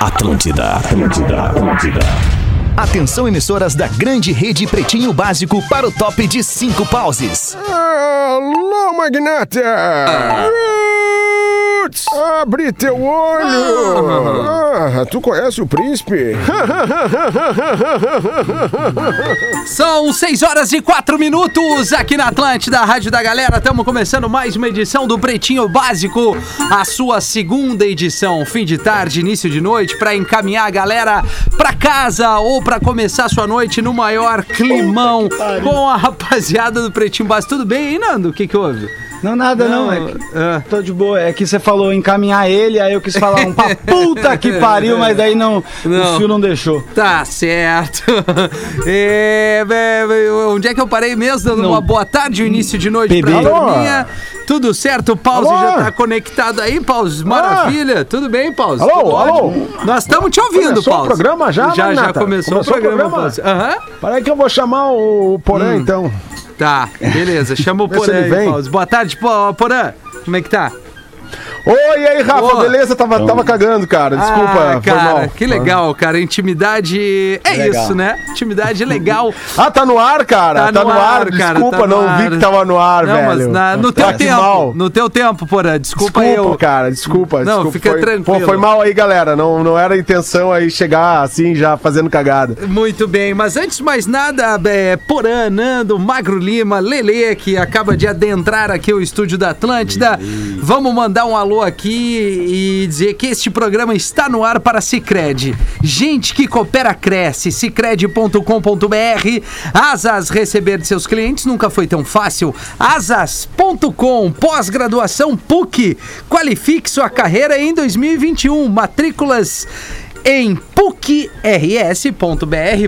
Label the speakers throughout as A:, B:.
A: Atlântida, Atlântida, Atlântida. Atenção emissoras da grande rede Pretinho Básico para o top de cinco pauses.
B: Alô, magnata! Roots! Abre teu olho! Ah, tu conhece o príncipe?
C: São 6 horas e 4 minutos aqui na Atlântida, Rádio da Galera. Estamos começando mais uma edição do Pretinho Básico, a sua segunda edição, fim de tarde, início de noite, para encaminhar a galera para casa ou para começar sua noite no maior climão com a rapaziada do Pretinho Básico. Tudo bem, hein, Nando? O que, que houve?
D: Não, nada não, é que-
C: ah.
D: tô de boa. É que você falou encaminhar ele, aí eu quis falar um pra puta que pariu, mas daí não,
C: Não.
D: o fio não deixou.
C: Tá certo. É, be- be- onde é que eu parei mesmo? Dando
D: Não.
C: uma boa tarde, o início de noite
D: Bebê.
C: pra
D: Alô?
C: turminha. Tudo certo, o Pause
B: Alô? Ah.
C: já tá conectado aí, Pause? Maravilha. Tudo bem, Pause?
B: Alô,
C: Tudo
B: alô?
C: ótimo. Nós estamos te ouvindo,
B: Começou o
C: Pause.
B: programa já,
C: Já, já
B: Magnata?
C: começou,
B: Começou
C: o
B: o
C: programa,
B: programa?
C: Pause. Aham.
B: Para aí que eu vou chamar o Porã, então.
C: Tá, beleza. Chama o
B: Vê se
C: Porã
B: ele
C: aí,
B: vem.
C: Pause. Boa tarde, Po- Porã. Como é que tá?
B: Oi, e aí, Rafa,
C: Ô. Então.
B: beleza? Tava, tava cagando, cara. Desculpa,
C: Ah,
B: foi
C: cara,
B: mal.
C: que legal, cara. Intimidade é isso, né? Intimidade é legal.
B: Ah, tá no ar, cara. Tá, no, ar,
C: cara,
B: Desculpa,
C: tá no
B: não
C: ar.
B: vi que tava no ar,
C: Não,
B: velho.
C: mas na- no teu
B: Ah, que
C: tempo,
B: mal.
C: no teu tempo, Porã, desculpa,
B: Desculpa,
C: eu.
B: cara, desculpa.
C: Não,
B: desculpa.
C: fica
B: foi,
C: tranquilo.
B: Pô, foi mal aí, galera. Não, não era a intenção aí chegar assim, já fazendo cagada.
C: Muito bem, mas antes de mais nada, é, Porã, Nando, Magro Lima, Lele, que acaba de adentrar aqui o estúdio da Atlântida, vamos mandar um alô aqui e dizer que este programa está no ar para Cicred. Gente que coopera, cresce. Cicred.com.br. Asas receber de seus clientes nunca foi tão fácil. Asas.com, pós-graduação PUC. Qualifique sua carreira em 2021. Matrículas em pucrs.br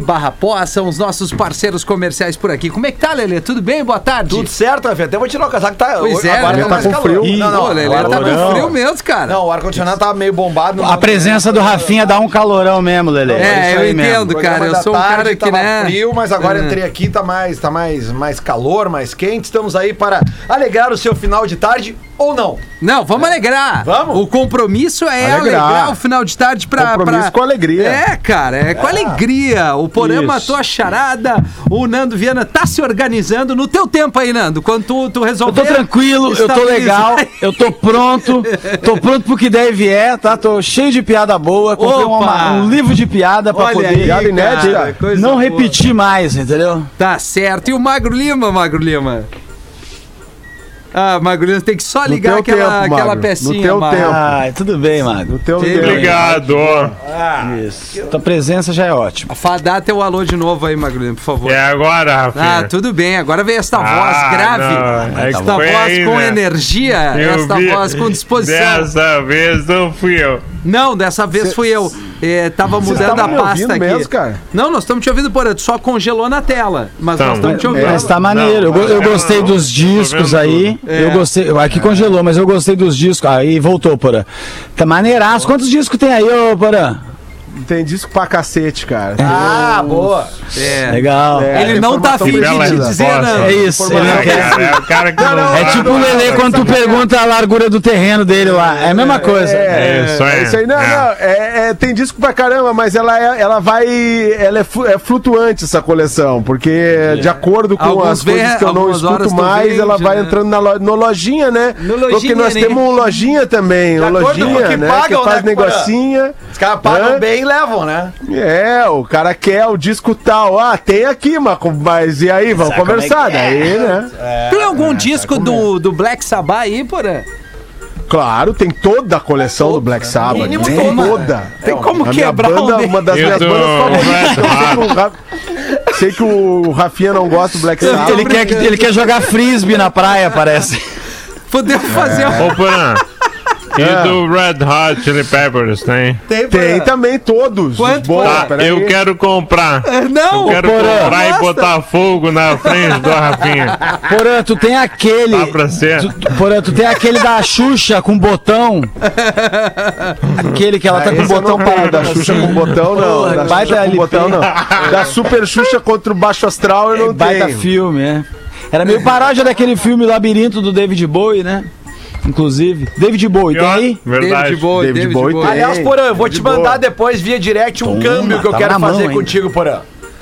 C: barra pós, são os nossos parceiros comerciais por aqui. Como é que tá, Lele? Tudo bem? Boa tarde.
E: Tudo certo, Rafinha. Até vou tirar o casaco. Tá,
C: Pois é,
E: agora
C: né?
E: tá
B: Tá
E: mais
B: com
E: calor.
B: frio.
E: Não,
B: Ih,
E: não,
C: Não, Ô, Lele,
E: agora
C: tá
E: tá mais
C: com frio mesmo, cara.
E: Não, o ar-condicionado tá meio bombado.
D: A presença do Rafinha dá um calorão mesmo, Lele.
C: É,
D: isso
C: eu
D: aí mesmo.
C: entendo. cara, eu sou um cara que,
E: tava
C: né,
E: frio, mas agora
C: é.
E: entrei aqui, tá mais, tá mais, mais calor, mais quente. Estamos aí para alegrar o seu final de tarde ou não.
C: Não, vamos alegrar.
E: Vamos?
C: O compromisso é alegrar,
B: Alegrar.
C: o final de tarde pra.
B: Compromisso
C: pra-
B: com alegria.
C: É, cara, é com alegria. O Porã
D: Isso.
C: matou a charada, o Nando Viana tá se organizando no teu tempo aí, Nando. Quando tu, tu
D: Eu
C: resolver.
D: tô tranquilo, eu tô legal, eu tô pronto, tô pronto pro que der e vier, tá? Tô cheio de piada boa, comprei
C: Opa!
D: uma- um livro de piada pra
C: Olha
D: poder
C: aí,
B: Piada inédita.
C: cara, coisa
D: não
C: boa.
D: repetir mais, entendeu?
C: Tá certo. E o Magro Lima, Magro Lima? Ah, Magro Lima, tem que só ligar
B: teu
C: aquela,
B: tempo,
C: aquela
B: Magro. No
C: pecinha.
B: teu
C: Magro.
B: tempo.
D: Ah, tudo bem, mano.
B: No teu
C: Que
B: tempo.
C: legal.
D: Isso. Tua presença já é ótima.
C: Fá, dá teu um alô de novo aí, Magro Lima, por favor.
F: É agora,
C: Ah,
F: Rafinha.
C: tudo bem. Agora veio esta
F: Ah,
C: voz grave.
F: não, é
C: esta
F: que foi
C: voz
F: aí,
C: com
F: né?
C: energia.
F: Eu
C: esta
F: vi-
C: voz com disposição.
F: Dessa vez não fui eu.
C: Não, dessa vez fui eu. É, tava mudando
B: tava
C: a
B: me
C: pasta
B: ouvindo
C: aqui.
B: mesmo, cara?
C: Não, nós estamos te ouvindo, porra. Tu só congelou na tela. Mas nós
F: Tamo.
C: estamos te ouvindo.
D: Mas tá maneiro. eu, go-
F: mas
D: eu
F: eu
D: gostei
F: não-
D: dos
F: tô
D: discos
F: vendo
D: aí.
C: É.
D: Eu gostei. ah, Aqui congelou, mas eu gostei dos discos. Aí voltou, Porã. Tá maneiraço. Quantos discos tem aí, ô Porã?
B: Tem disco pra cacete, cara.
E: Ah, boa.
C: É.
D: Legal. É,
B: É,
C: Ele não tá
B: informação
C: afim de
F: bela
C: te
F: da
C: dizer,
F: voz,
C: não.
F: cara.
D: isso. Ele
F: Não,
D: não quer.
F: cara, é o cara que não
D: É
F: vai,
D: tipo o
F: não
D: Lelê
F: vai.
D: quando tu pergunta a largura do terreno dele lá. É a mesma coisa.
F: É isso aí.
B: É isso aí, não,
F: É.
C: Ah.
B: não, é- é- tem disco pra caramba, mas ela, é- ela vai. Ela é, flu- é flutuante essa coleção, porque de acordo com
C: é. Alguns
B: as
C: vê-
B: coisas que eu não
C: algumas horas
B: escuto
C: tu
B: mais,
C: vende,
B: ela vai
C: né?
B: entrando na lo- no lojinha, né?
C: No lojinha,
B: porque nós
C: né?
B: temos um lojinha também, um
E: acordo com o
B: lojinha,
E: que
B: né?
E: pagam,
B: que faz
E: né, Porã?
B: negocinha.
E: Os caras pagam
B: Hã?
E: bem e levam, né?
B: É, o cara quer o disco tal. Ah, tem aqui, Marco, mas e aí? Vamos conversar. Daí, né?
C: Tem algum
B: tá
C: disco do, do Black Sabbath aí, porra?
B: Claro, tem toda a coleção do Black Sabbath.
E: Mínimo
B: tem
E: toda.
B: toda.
C: Tem como
B: A minha
C: quebrar
B: banda,
C: um
B: uma das
F: Eu
B: minhas
F: tô-
B: bandas favoritas. Eu sei que o Ra- Sei que o Rafinha não gosta do Black Sabbath.
D: Ele, quer, que- ele quer jogar frisbee na praia, parece.
C: Podemos fazer um.
F: Ô, Porã.
B: É.
F: E do Red Hot Chili Peppers, tem?
C: Tem,
B: Tem tá.
C: Porã?
B: também todos.
C: Quanto,
B: os bons,
C: Porã?
F: Tá,
B: peraí.
F: eu quero comprar.
C: Não,
F: Eu quero
D: Porã.
F: comprar
C: Nossa.
F: e botar fogo na frente do Rafinha.
D: Porã, tu tem aquele.
F: Dá Tá pra ser?
D: Tu- tu- Porã, tu tem aquele da Xuxa com botão. Aquele que ela tá com
B: Esse eu não
D: botão
B: tenho,
D: parado.
B: da Xuxa com botão, não.
D: Porra,
B: Da
D: baita
B: Xuxa com
D: LP.
B: botão, não. Da Super Xuxa contra o Baixo Astral, eu não
D: Baita
B: tenho.
D: filme, é. Era meio paródia daquele filme Labirinto do David Bowie, né? inclusive. David Bowie, tem aí?
F: Verdade.
C: David Bowie,
B: David
C: David
B: Bowie
C: Bowie.
B: tem.
E: Aliás,
B: Ei,
E: Porã, eu vou
B: tá
E: te
B: de boa.
E: mandar depois via direct um
D: Toma,
E: câmbio que eu
D: tá
E: quero
D: na mão
E: fazer
D: ainda.
E: contigo, Porã.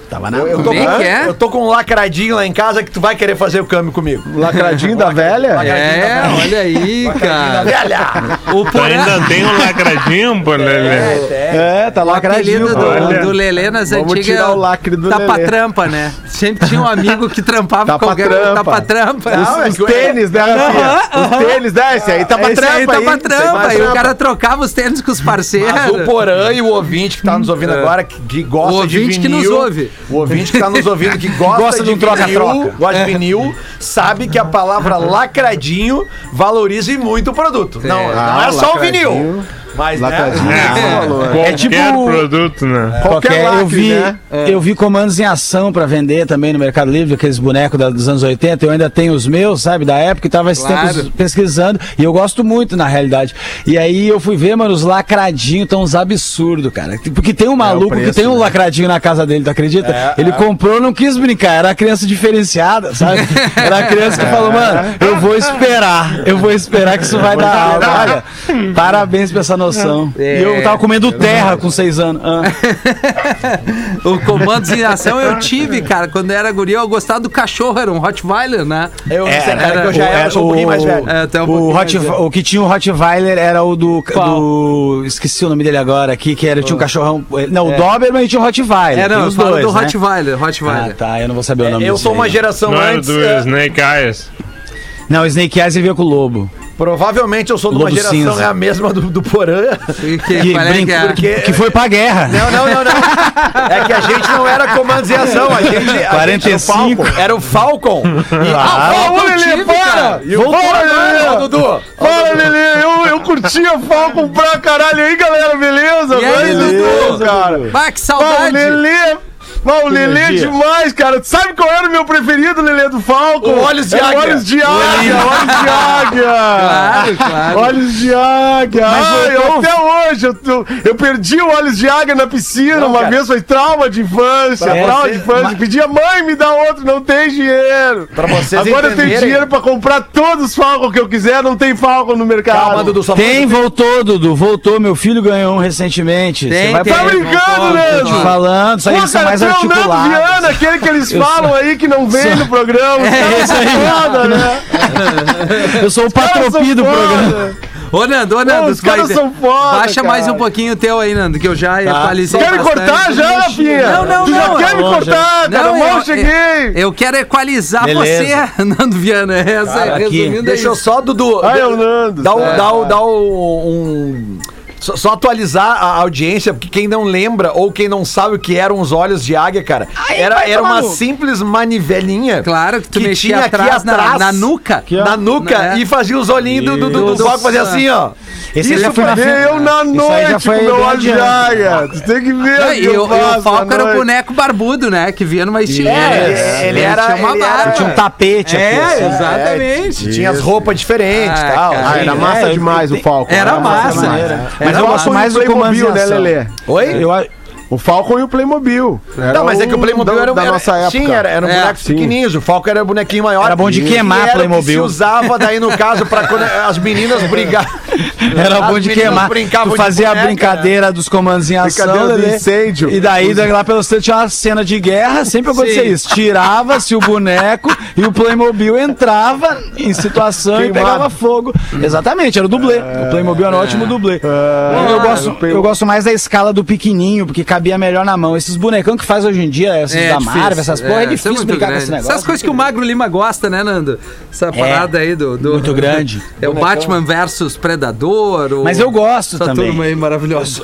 D: Tava na
E: Eu, eu tô
C: Como é
E: com,
C: que é?
E: eu tô com um lacradinho lá em casa que tu vai querer fazer o câmbio comigo.
B: Lacradinho da velha?
C: É, olha aí, cara.
E: Velha!
C: O
F: Tu
C: Porã,
F: ainda tem um lacradinho, pô, Lelê?
D: É, tá
C: o
D: lá
C: apelido do,
F: olha.
C: do Lelê nas
B: Vamos
C: antigas,
B: tirar o lacre do
C: tá pra
B: Lelê.
C: trampa, né? Sempre tinha um amigo que trampava
B: Tá pra trampa.
C: tá pra trampa.
E: Não, é
B: Os
E: que eu-
B: tênis, né, Rafinha? Os tênis, né? Esse aí tá pra
C: Esse
B: trampa,
C: aí tá pra
B: hein?
C: trampa.
B: Esse aí
C: E
B: tá
C: o
B: pra
C: cara trocava os tênis com os parceiros.
E: Mas o Porã e o ouvinte que tá nos ouvindo agora, que, que gosta
C: O
E: de
C: ouvinte que
E: vinil...
C: nos ouve.
E: O ouvinte que tá nos ouvindo, que gosta,
D: Gosta de um
E: vinil,
D: troca-troca.
E: gosta de vinil, sabe que a palavra lacradinho valoriza muito o produto. Não, não é
B: Ah,
E: só o
B: lacradinho.
E: vinil, mas
B: Lacradinho.
E: né?
B: Ah,
F: É,
B: valor.
F: qualquer
D: É tipo-
F: produto, né?
B: Qualquer
D: Qualquer, eu,
B: lacre,
D: vi,
B: né?
D: eu vi comandos em ação pra vender também no Mercado Livre, aqueles bonecos da- dos anos 80. Eu ainda tenho os meus, sabe, da época, e tava esse
C: Claro.
D: tempo pesquisando. E eu gosto muito, na realidade. E aí eu fui ver, mano, os lacradinhos tão uns absurdos, cara. Porque tem um maluco
B: preço,
D: que tem um
B: né?
D: lacradinho na casa dele, tu acredita? Ele comprou, não quis brincar. Era a criança diferenciada, sabe? Era a criança que falou, mano, eu vou esperar. Eu vou esperar que isso vai dar alta. Olha, parabéns pra essa noção.
C: É.
D: E eu tava comendo terra com seis anos. Ah.
C: O Comandos em Ação eu tive, cara. Quando eu era guri, eu gostava do cachorro, era um Rottweiler, né?
E: Eu, é, cara,
C: era-
E: que eu já
D: O-
E: era,
D: é,
E: sou um pouquinho mais velho.
C: É, até um
D: o
C: pouquinho mais
D: Rottwe-
C: velho.
D: o que tinha o Rottweiler era o do,
C: Qual? Oh.
D: do- Esqueci o nome dele agora aqui, que era, tinha um cachorrão. Não, o Doberman e tinha o Rottweiler.
C: É,
D: tem
C: não, eu
D: os
C: falo
D: dois,
C: do
D: né?
C: Rottweiler, É,
D: Ah,
C: Rottweiler.
D: tá, eu não vou saber o nome
E: Eu
D: desse
E: sou
D: aí,
E: uma
D: não.
E: geração
F: Não era
E: antes.
F: do
E: é,
F: Snake Eyes.
D: Não, o Snake Eyes ele veio com o lobo.
E: provavelmente eu sou de uma
D: Lobo
E: geração,
D: cinza.
E: é a mesma do, do Porã.
C: E
D: Que,
C: que, qual é que
D: brinca-
C: é?
E: Porque-
D: que foi pra guerra.
E: Não, não, não, não. É que a gente não era comandos em ação. A gente, a
D: 45.
E: gente era o Falcon. Era o Falcon. E,
D: Ah,
E: Falcon
B: voltou o
E: Lelê,
B: time, cara.
E: E o né?
B: Voltou, Lelê.
E: Fora, Dudu!
B: Fala, Lelê, eu, eu curti a Falcon pra caralho aí, galera, beleza?
C: E aí, Dudu?
B: cara.
C: Bah, que
B: Pau,
C: saudade!
B: Lelê! Pau, Lelê é
D: energia.
B: demais, cara. Tu sabe qual era o meu preferido, Lelê do Falco?
E: O Olhos de
B: É
E: Águia.
B: Olhos de Águia, Olhos de Águia.
C: Claro, claro.
B: Olhos de Águia.
D: Mas
B: Ai,
D: eu
B: eu
D: tô-
B: até hoje, eu, tô- eu perdi o Olhos de Águia na piscina
E: Não,
B: uma
E: cara.
B: vez, foi trauma de infância,
D: Pra
B: trauma
E: você-
B: de infância.
D: mas-
B: Pedi a mãe, me dá outro, não tem dinheiro.
E: Pra vocês
B: Agora eu tenho
E: entenderem-
B: dinheiro pra comprar todos os Falcon que eu quiser, não tem Falcon no mercado.
E: Calma, Dudu, só
D: Tem, voltou, Dudu, voltou. Meu filho ganhou um recentemente.
C: Tem,
D: Você vai
C: tem,
D: pra-
B: Tá brincando,
C: voltou,
D: Tô te
B: Leandro?
C: voltou.
D: falando, só
B: Pô,
D: que eles são
B: cara,
D: mais
B: tu é o
C: um
B: Nando Viana,
D: articulados.
B: aquele que eles
D: Eu
B: falam aí que não vem no programa. É
D: isso aí.
B: Foda, né?
D: Eu sou o patropi do programa.
C: Ô, Nando, ô, Nando.
B: Pô, os
C: tu vai
B: caras
C: ver.
B: são foda,
C: Baixa mais
B: cara. Tá.
C: um pouquinho o teu aí, Nando, que eu já
D: Ah,
C: equalizei
B: Quer me
C: bastante.
B: cortar já, Rafinha?
C: Não, não,
B: tu
C: não.
B: já quer me
D: Não,
B: cortar, cara?
C: Não,
B: Mal
C: eu- Eu,
B: cheguei.
C: eu quero equalizar
D: Beleza.
C: você, Nando Viana. Essa,
D: Cara, aqui.
C: resumindo,
E: Deixa
C: é
E: eu
C: isso.
E: só, Dudu.
B: Ai,
E: dá-
B: Ah, eu Nando.
E: Dá um.
B: É.
E: Dá, um- dá um, um- só, só atualizar a audiência, porque quem não lembra ou quem não sabe o que eram os olhos de águia, cara, era, era uma simples manivelinha.
C: Claro que tu
E: Que
C: mexia
E: tinha aqui
C: atrás, na-
E: atrás.
C: na, nuca.
E: Na nuca
C: É.
E: e fazia os olhinhos do, do, do, do
C: Isso.
E: bloco, fazia assim, ó.
D: Esse aí já foi na
B: Cadê
D: fin-
B: É. eu
D: Isso
B: na
D: aí já
B: noite com
D: foi né?
B: meu
D: bem
B: olho de
D: adiante.
B: águia? Tu tem que ver.
C: Não,
B: o que
C: e, o- e
B: eu faço
C: o Falco
B: na
C: era o
B: noite.
C: boneco barbudo, né? Que vinha numa estileira.
E: É, ele- ele era-
C: tinha uma
E: ele era-
C: barba.
D: Tinha um tapete aqui. assim.
C: É, exatamente.
E: Tinha as roupas diferentes e
C: Ah,
E: tal.
C: cara.
B: Ah, era massa
D: É,
B: demais o Falco.
C: era massa.
D: maneira.
C: Era
D: Mas eu
C: massa.
D: acho mais o comando
B: Playmobil, né, Lelê?
E: Oi?
D: Eu acho.
B: O Falcon e o Playmobil.
E: Não, mas é que o Playmobil
B: um da,
E: era
B: da
E: era-
B: nossa época.
E: Sim, era, era um
C: É,
E: boneco
B: sim.
E: pequenininho. O Falco era um bonequinho maior.
D: Era bom de
E: E
D: queimar
E: era o que
D: Playmobil.
E: se usava daí, no caso, pra quando as meninas brigarem.
D: Era
E: As
D: bom de
E: meninas
D: queimar.
E: brincavam
D: Tu
E: de
D: fazia
E: boneca,
D: a brincadeira dos comandos em ação.
B: Brincadeira do
D: Lelê.
B: incêndio.
D: E daí, daí lá pelo centro tinha uma cena de guerra, sempre acontecia
C: Sim.
D: isso. Tirava-se o boneco e o Playmobil entrava em situação e
B: Queimado.
D: pegava fogo. Exatamente, era o dublê. O Playmobil era um ótimo dublê. Não, eu, gosto, eu gosto mais da escala do pequenininho, porque cabia melhor na mão. Esses bonecão que faz hoje em dia, esses da
C: difícil.
D: Marvel, essas porra, é,
C: isso
D: difícil
C: muito
D: brincar com
C: grande.
D: esse negócio. É,
C: Essas coisas que o Magro Lima gosta, né, Nando? Essa parada aí do, do-
D: muito grande.
C: É o Batman versus Predador. o-
D: Mas eu gosto
C: essa
D: também.
C: turma aí maravilhosa.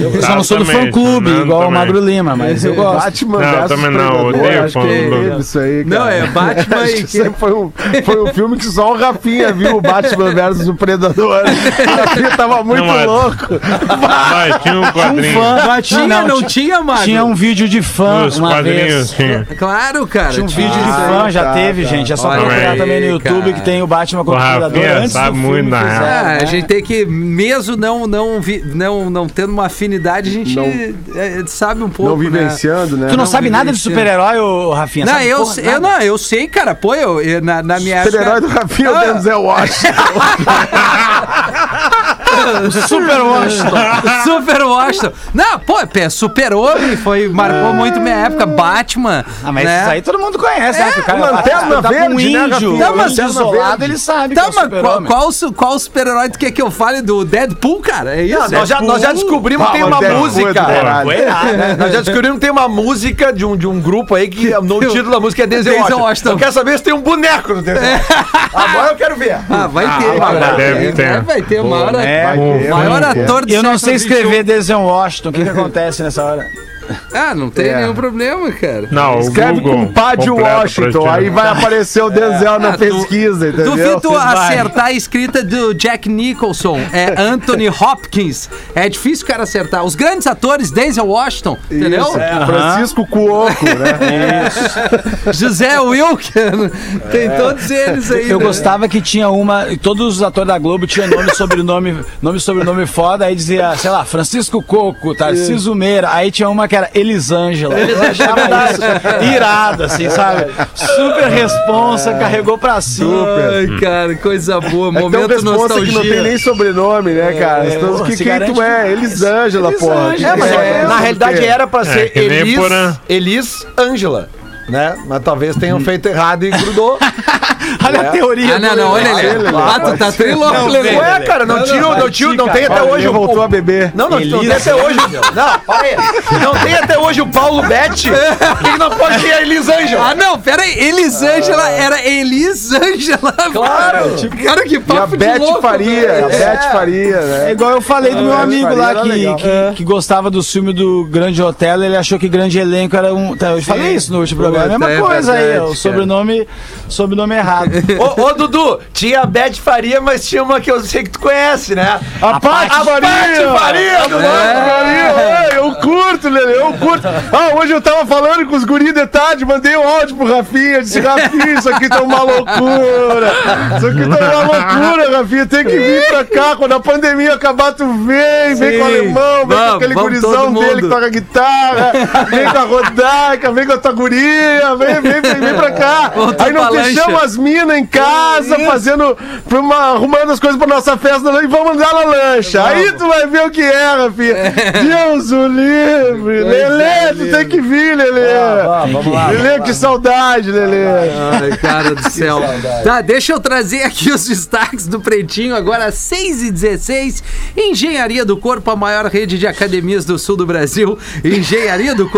D: Eu só não sou do
F: Também,
D: fã-clube,
F: Fernando
D: igual o
F: também.
D: Magro Lima, mas eu gosto.
F: Não,
B: Batman versus
F: também não,
B: Predador,
F: odeio
B: acho que é
F: Falcon.
B: isso aí, cara.
C: Não, é Batman
B: Acho
C: e
B: que isso aí foi um, foi um filme que só o Rafinha viu, o Batman versus o Predador. O Rafinha tava muito
F: Não, é. mas-
B: louco.
F: Vai, tinha um
D: Um
F: quadrinho.
D: fã, tinha
C: tinha, não, tinha, Magro?
D: Tinha um vídeo de fã
F: Os
D: uma
F: quadrinhos.
D: vez.
F: Tinha.
C: Claro, cara.
D: Tinha um vídeo de
B: Ah,
D: fã, já
B: tá,
D: teve,
B: tá.
D: gente. É só
C: Olha
D: procurar
F: aí,
D: também no YouTube
C: cara.
D: que tem o Batman com
F: O
D: o
F: Rafinha
D: antes
F: sabe
D: do
F: muito,
D: filme
F: na real.
D: fizeram,
C: Ah,
D: né?
C: a gente tem que, mesmo não, não, vi- não, não tendo uma afinidade, a gente
B: Não-
C: eh, sabe um pouco.
B: Não vivenciando, né?
D: Tu não,
C: Não,
D: sabe nada de
C: vivenciando.
D: super-herói, ô, Rafinha?
C: Não,
D: Sabe
C: eu,
D: porra,
C: eu,
D: nada.
C: não, eu sei, cara. Pô, eu, eu- na, na minha
B: Super-herói do Rafinha é
C: Ah.
B: o Denzel Washington.
D: Super Washington.
C: Super Washington. Não, pô, é super-homem, foi,
E: Ah.
C: marcou muito minha época. Batman.
D: Ah, mas
C: né?
D: isso aí todo mundo conhece, né? Que o cara
B: Lanterna
D: tá com um
B: Verde, né,
D: índio,
B: Rafinha?
D: um índio
B: Lanterna
D: isolado,
B: Verde.
D: ele sabe
C: Tá,
D: que
E: um
D: é o
C: mas qual,
D: super-homem.
C: qual, su- qual super-herói tu quer que eu fale do Deadpool, cara? É isso?
E: Não, nós, já, nós já descobrimos que tem uma
B: Deadpool é
E: música.
B: do caralho.
E: Foi errado, né? Nós já descobrimos que tem uma música de um, de um grupo aí que no título da música é Denzel
C: Denzel
E: Washington.
C: Washington.
E: Eu quero saber se tem um boneco no Denzel Washington. Agora eu quero ver.
C: Ah, vai ter,
F: vai
C: cara.
F: deve
C: É,
F: ter.
C: Vai ter uma
E: É,
C: hora.
D: né?
B: Vai
F: Um,
B: ter,
C: Maior
B: vai ter.
C: ator do
D: Eu não
C: século
D: sei
C: 21.
D: escrever Denzel Washington. O que, que acontece nessa hora?
C: Ah, não tem
B: É.
C: nenhum problema, cara.
F: Não, o
B: Escreve
F: Google.
B: com pá de
F: completo,
B: Washington,
F: praticamente.
B: aí vai aparecer o Denzel
C: Ah,
B: na
C: du-
B: pesquisa, entendeu?
C: Duvido tu
D: Vocês vai.
C: acertar a escrita do Jack Nicholson, é Anthony Hopkins. É difícil o cara acertar. Os grandes atores, Denzel Washington, entendeu?
B: Isso, é. Francisco Cuoco, né?
C: José é Wilker, tem todos eles aí.
D: Eu
C: né?
D: gostava que tinha uma. e Todos os atores da Globo tinham nome e sobrenome, nome e sobrenome foda, aí dizia, sei lá, Francisco Coco, Tarcísio Meira, aí tinha uma que era É. Elisângela. Eu achava isso irado, assim, sabe? Super responsa, carregou pra cima.
C: Ai,
F: Hum.
C: cara, coisa boa.
B: É tão
C: Um Momento
B: responsa
C: nostalgia.
B: que não tem nem sobrenome, né, cara?
D: É,
B: Então,
D: porra,
B: que,
D: se
B: quem
D: garante
B: tu é?
D: demais.
B: Elisângela, porra.
D: Elisângela,
E: É, mas
D: É,
E: é, na realidade era pra ser
F: que nem
E: Elis,
F: Porã.
E: Elis Ângela, né? Mas talvez tenham feito errado e grudou.
D: Olha a teoria.
C: Ah, não, não, olha ali. Ah, tu tá
E: Não,
C: trilóculo,
E: não é, cara, não, tinha, não, tinha, não tem até hoje
B: Ele
E: o
B: voltou a beber.
E: Não, não, não tem até hoje. Não, para aí. Não tem até hoje o Paulo Betti. Quem não pode ter a Elisângela.
C: Ah, não, pera aí. Elisângela era Elisângela. Claro. Cara, que
B: E a
C: papo de
B: Beth
C: louco.
B: Faria,
C: velho.
B: a Beth Faria,
D: É
B: né?
D: igual eu falei do meu
B: Ah,
D: amigo
B: Maria
D: lá
B: era
D: que,
B: legal.
D: que, que gostava do filme do Grande Hotel, ele achou que Grande Elenco era um. tá, eu falei isso no último programa. É a mesma
C: é
D: coisa aí,
C: verdade,
D: ó,
C: cara.
D: o sobrenome, sobrenome errado.
E: Ô, ô, Dudu, tinha a Beth Faria, mas tinha uma que eu sei que tu conhece, né?
D: A, parte
E: A Beth Faria, Dudu.
B: É, eu curto, Lelê, eu curto. Ah, hoje eu tava falando com os guris de tarde, mandei um áudio pro Rafinha, disse, Rafinha, isso aqui tá uma loucura. Isso aqui tá uma loucura, Rafinha, tem que vir pra cá, quando a pandemia acabar, tu vem, vem com o
C: Sim.
B: alemão, vem
C: Vamos,
B: com aquele
C: vamos
B: gurizão
C: todo
B: dele que tá
C: mundo.
B: toca guitarra, vem com a Rodaica, vem com a tua guria, vem, vem, vem, vem pra cá.
C: Volta
B: Aí não
C: pra
B: te
C: lancha.
B: chama as minas em casa, fazendo, pra uma, arrumando as coisas pra nossa festa e vamos andar na lancha. Aí tu vai ver o que é, Rafinha. Deus o livre. Lelê, tu tem que vir, Lelê. Lelê, que saudade, Lelê.
C: Ai, cara do céu. Tá, deixa eu trazer aqui os destaques do Pretinho, agora 6 e 16 Engenharia do Corpo, a maior rede de academias do sul do Brasil. Engenharia do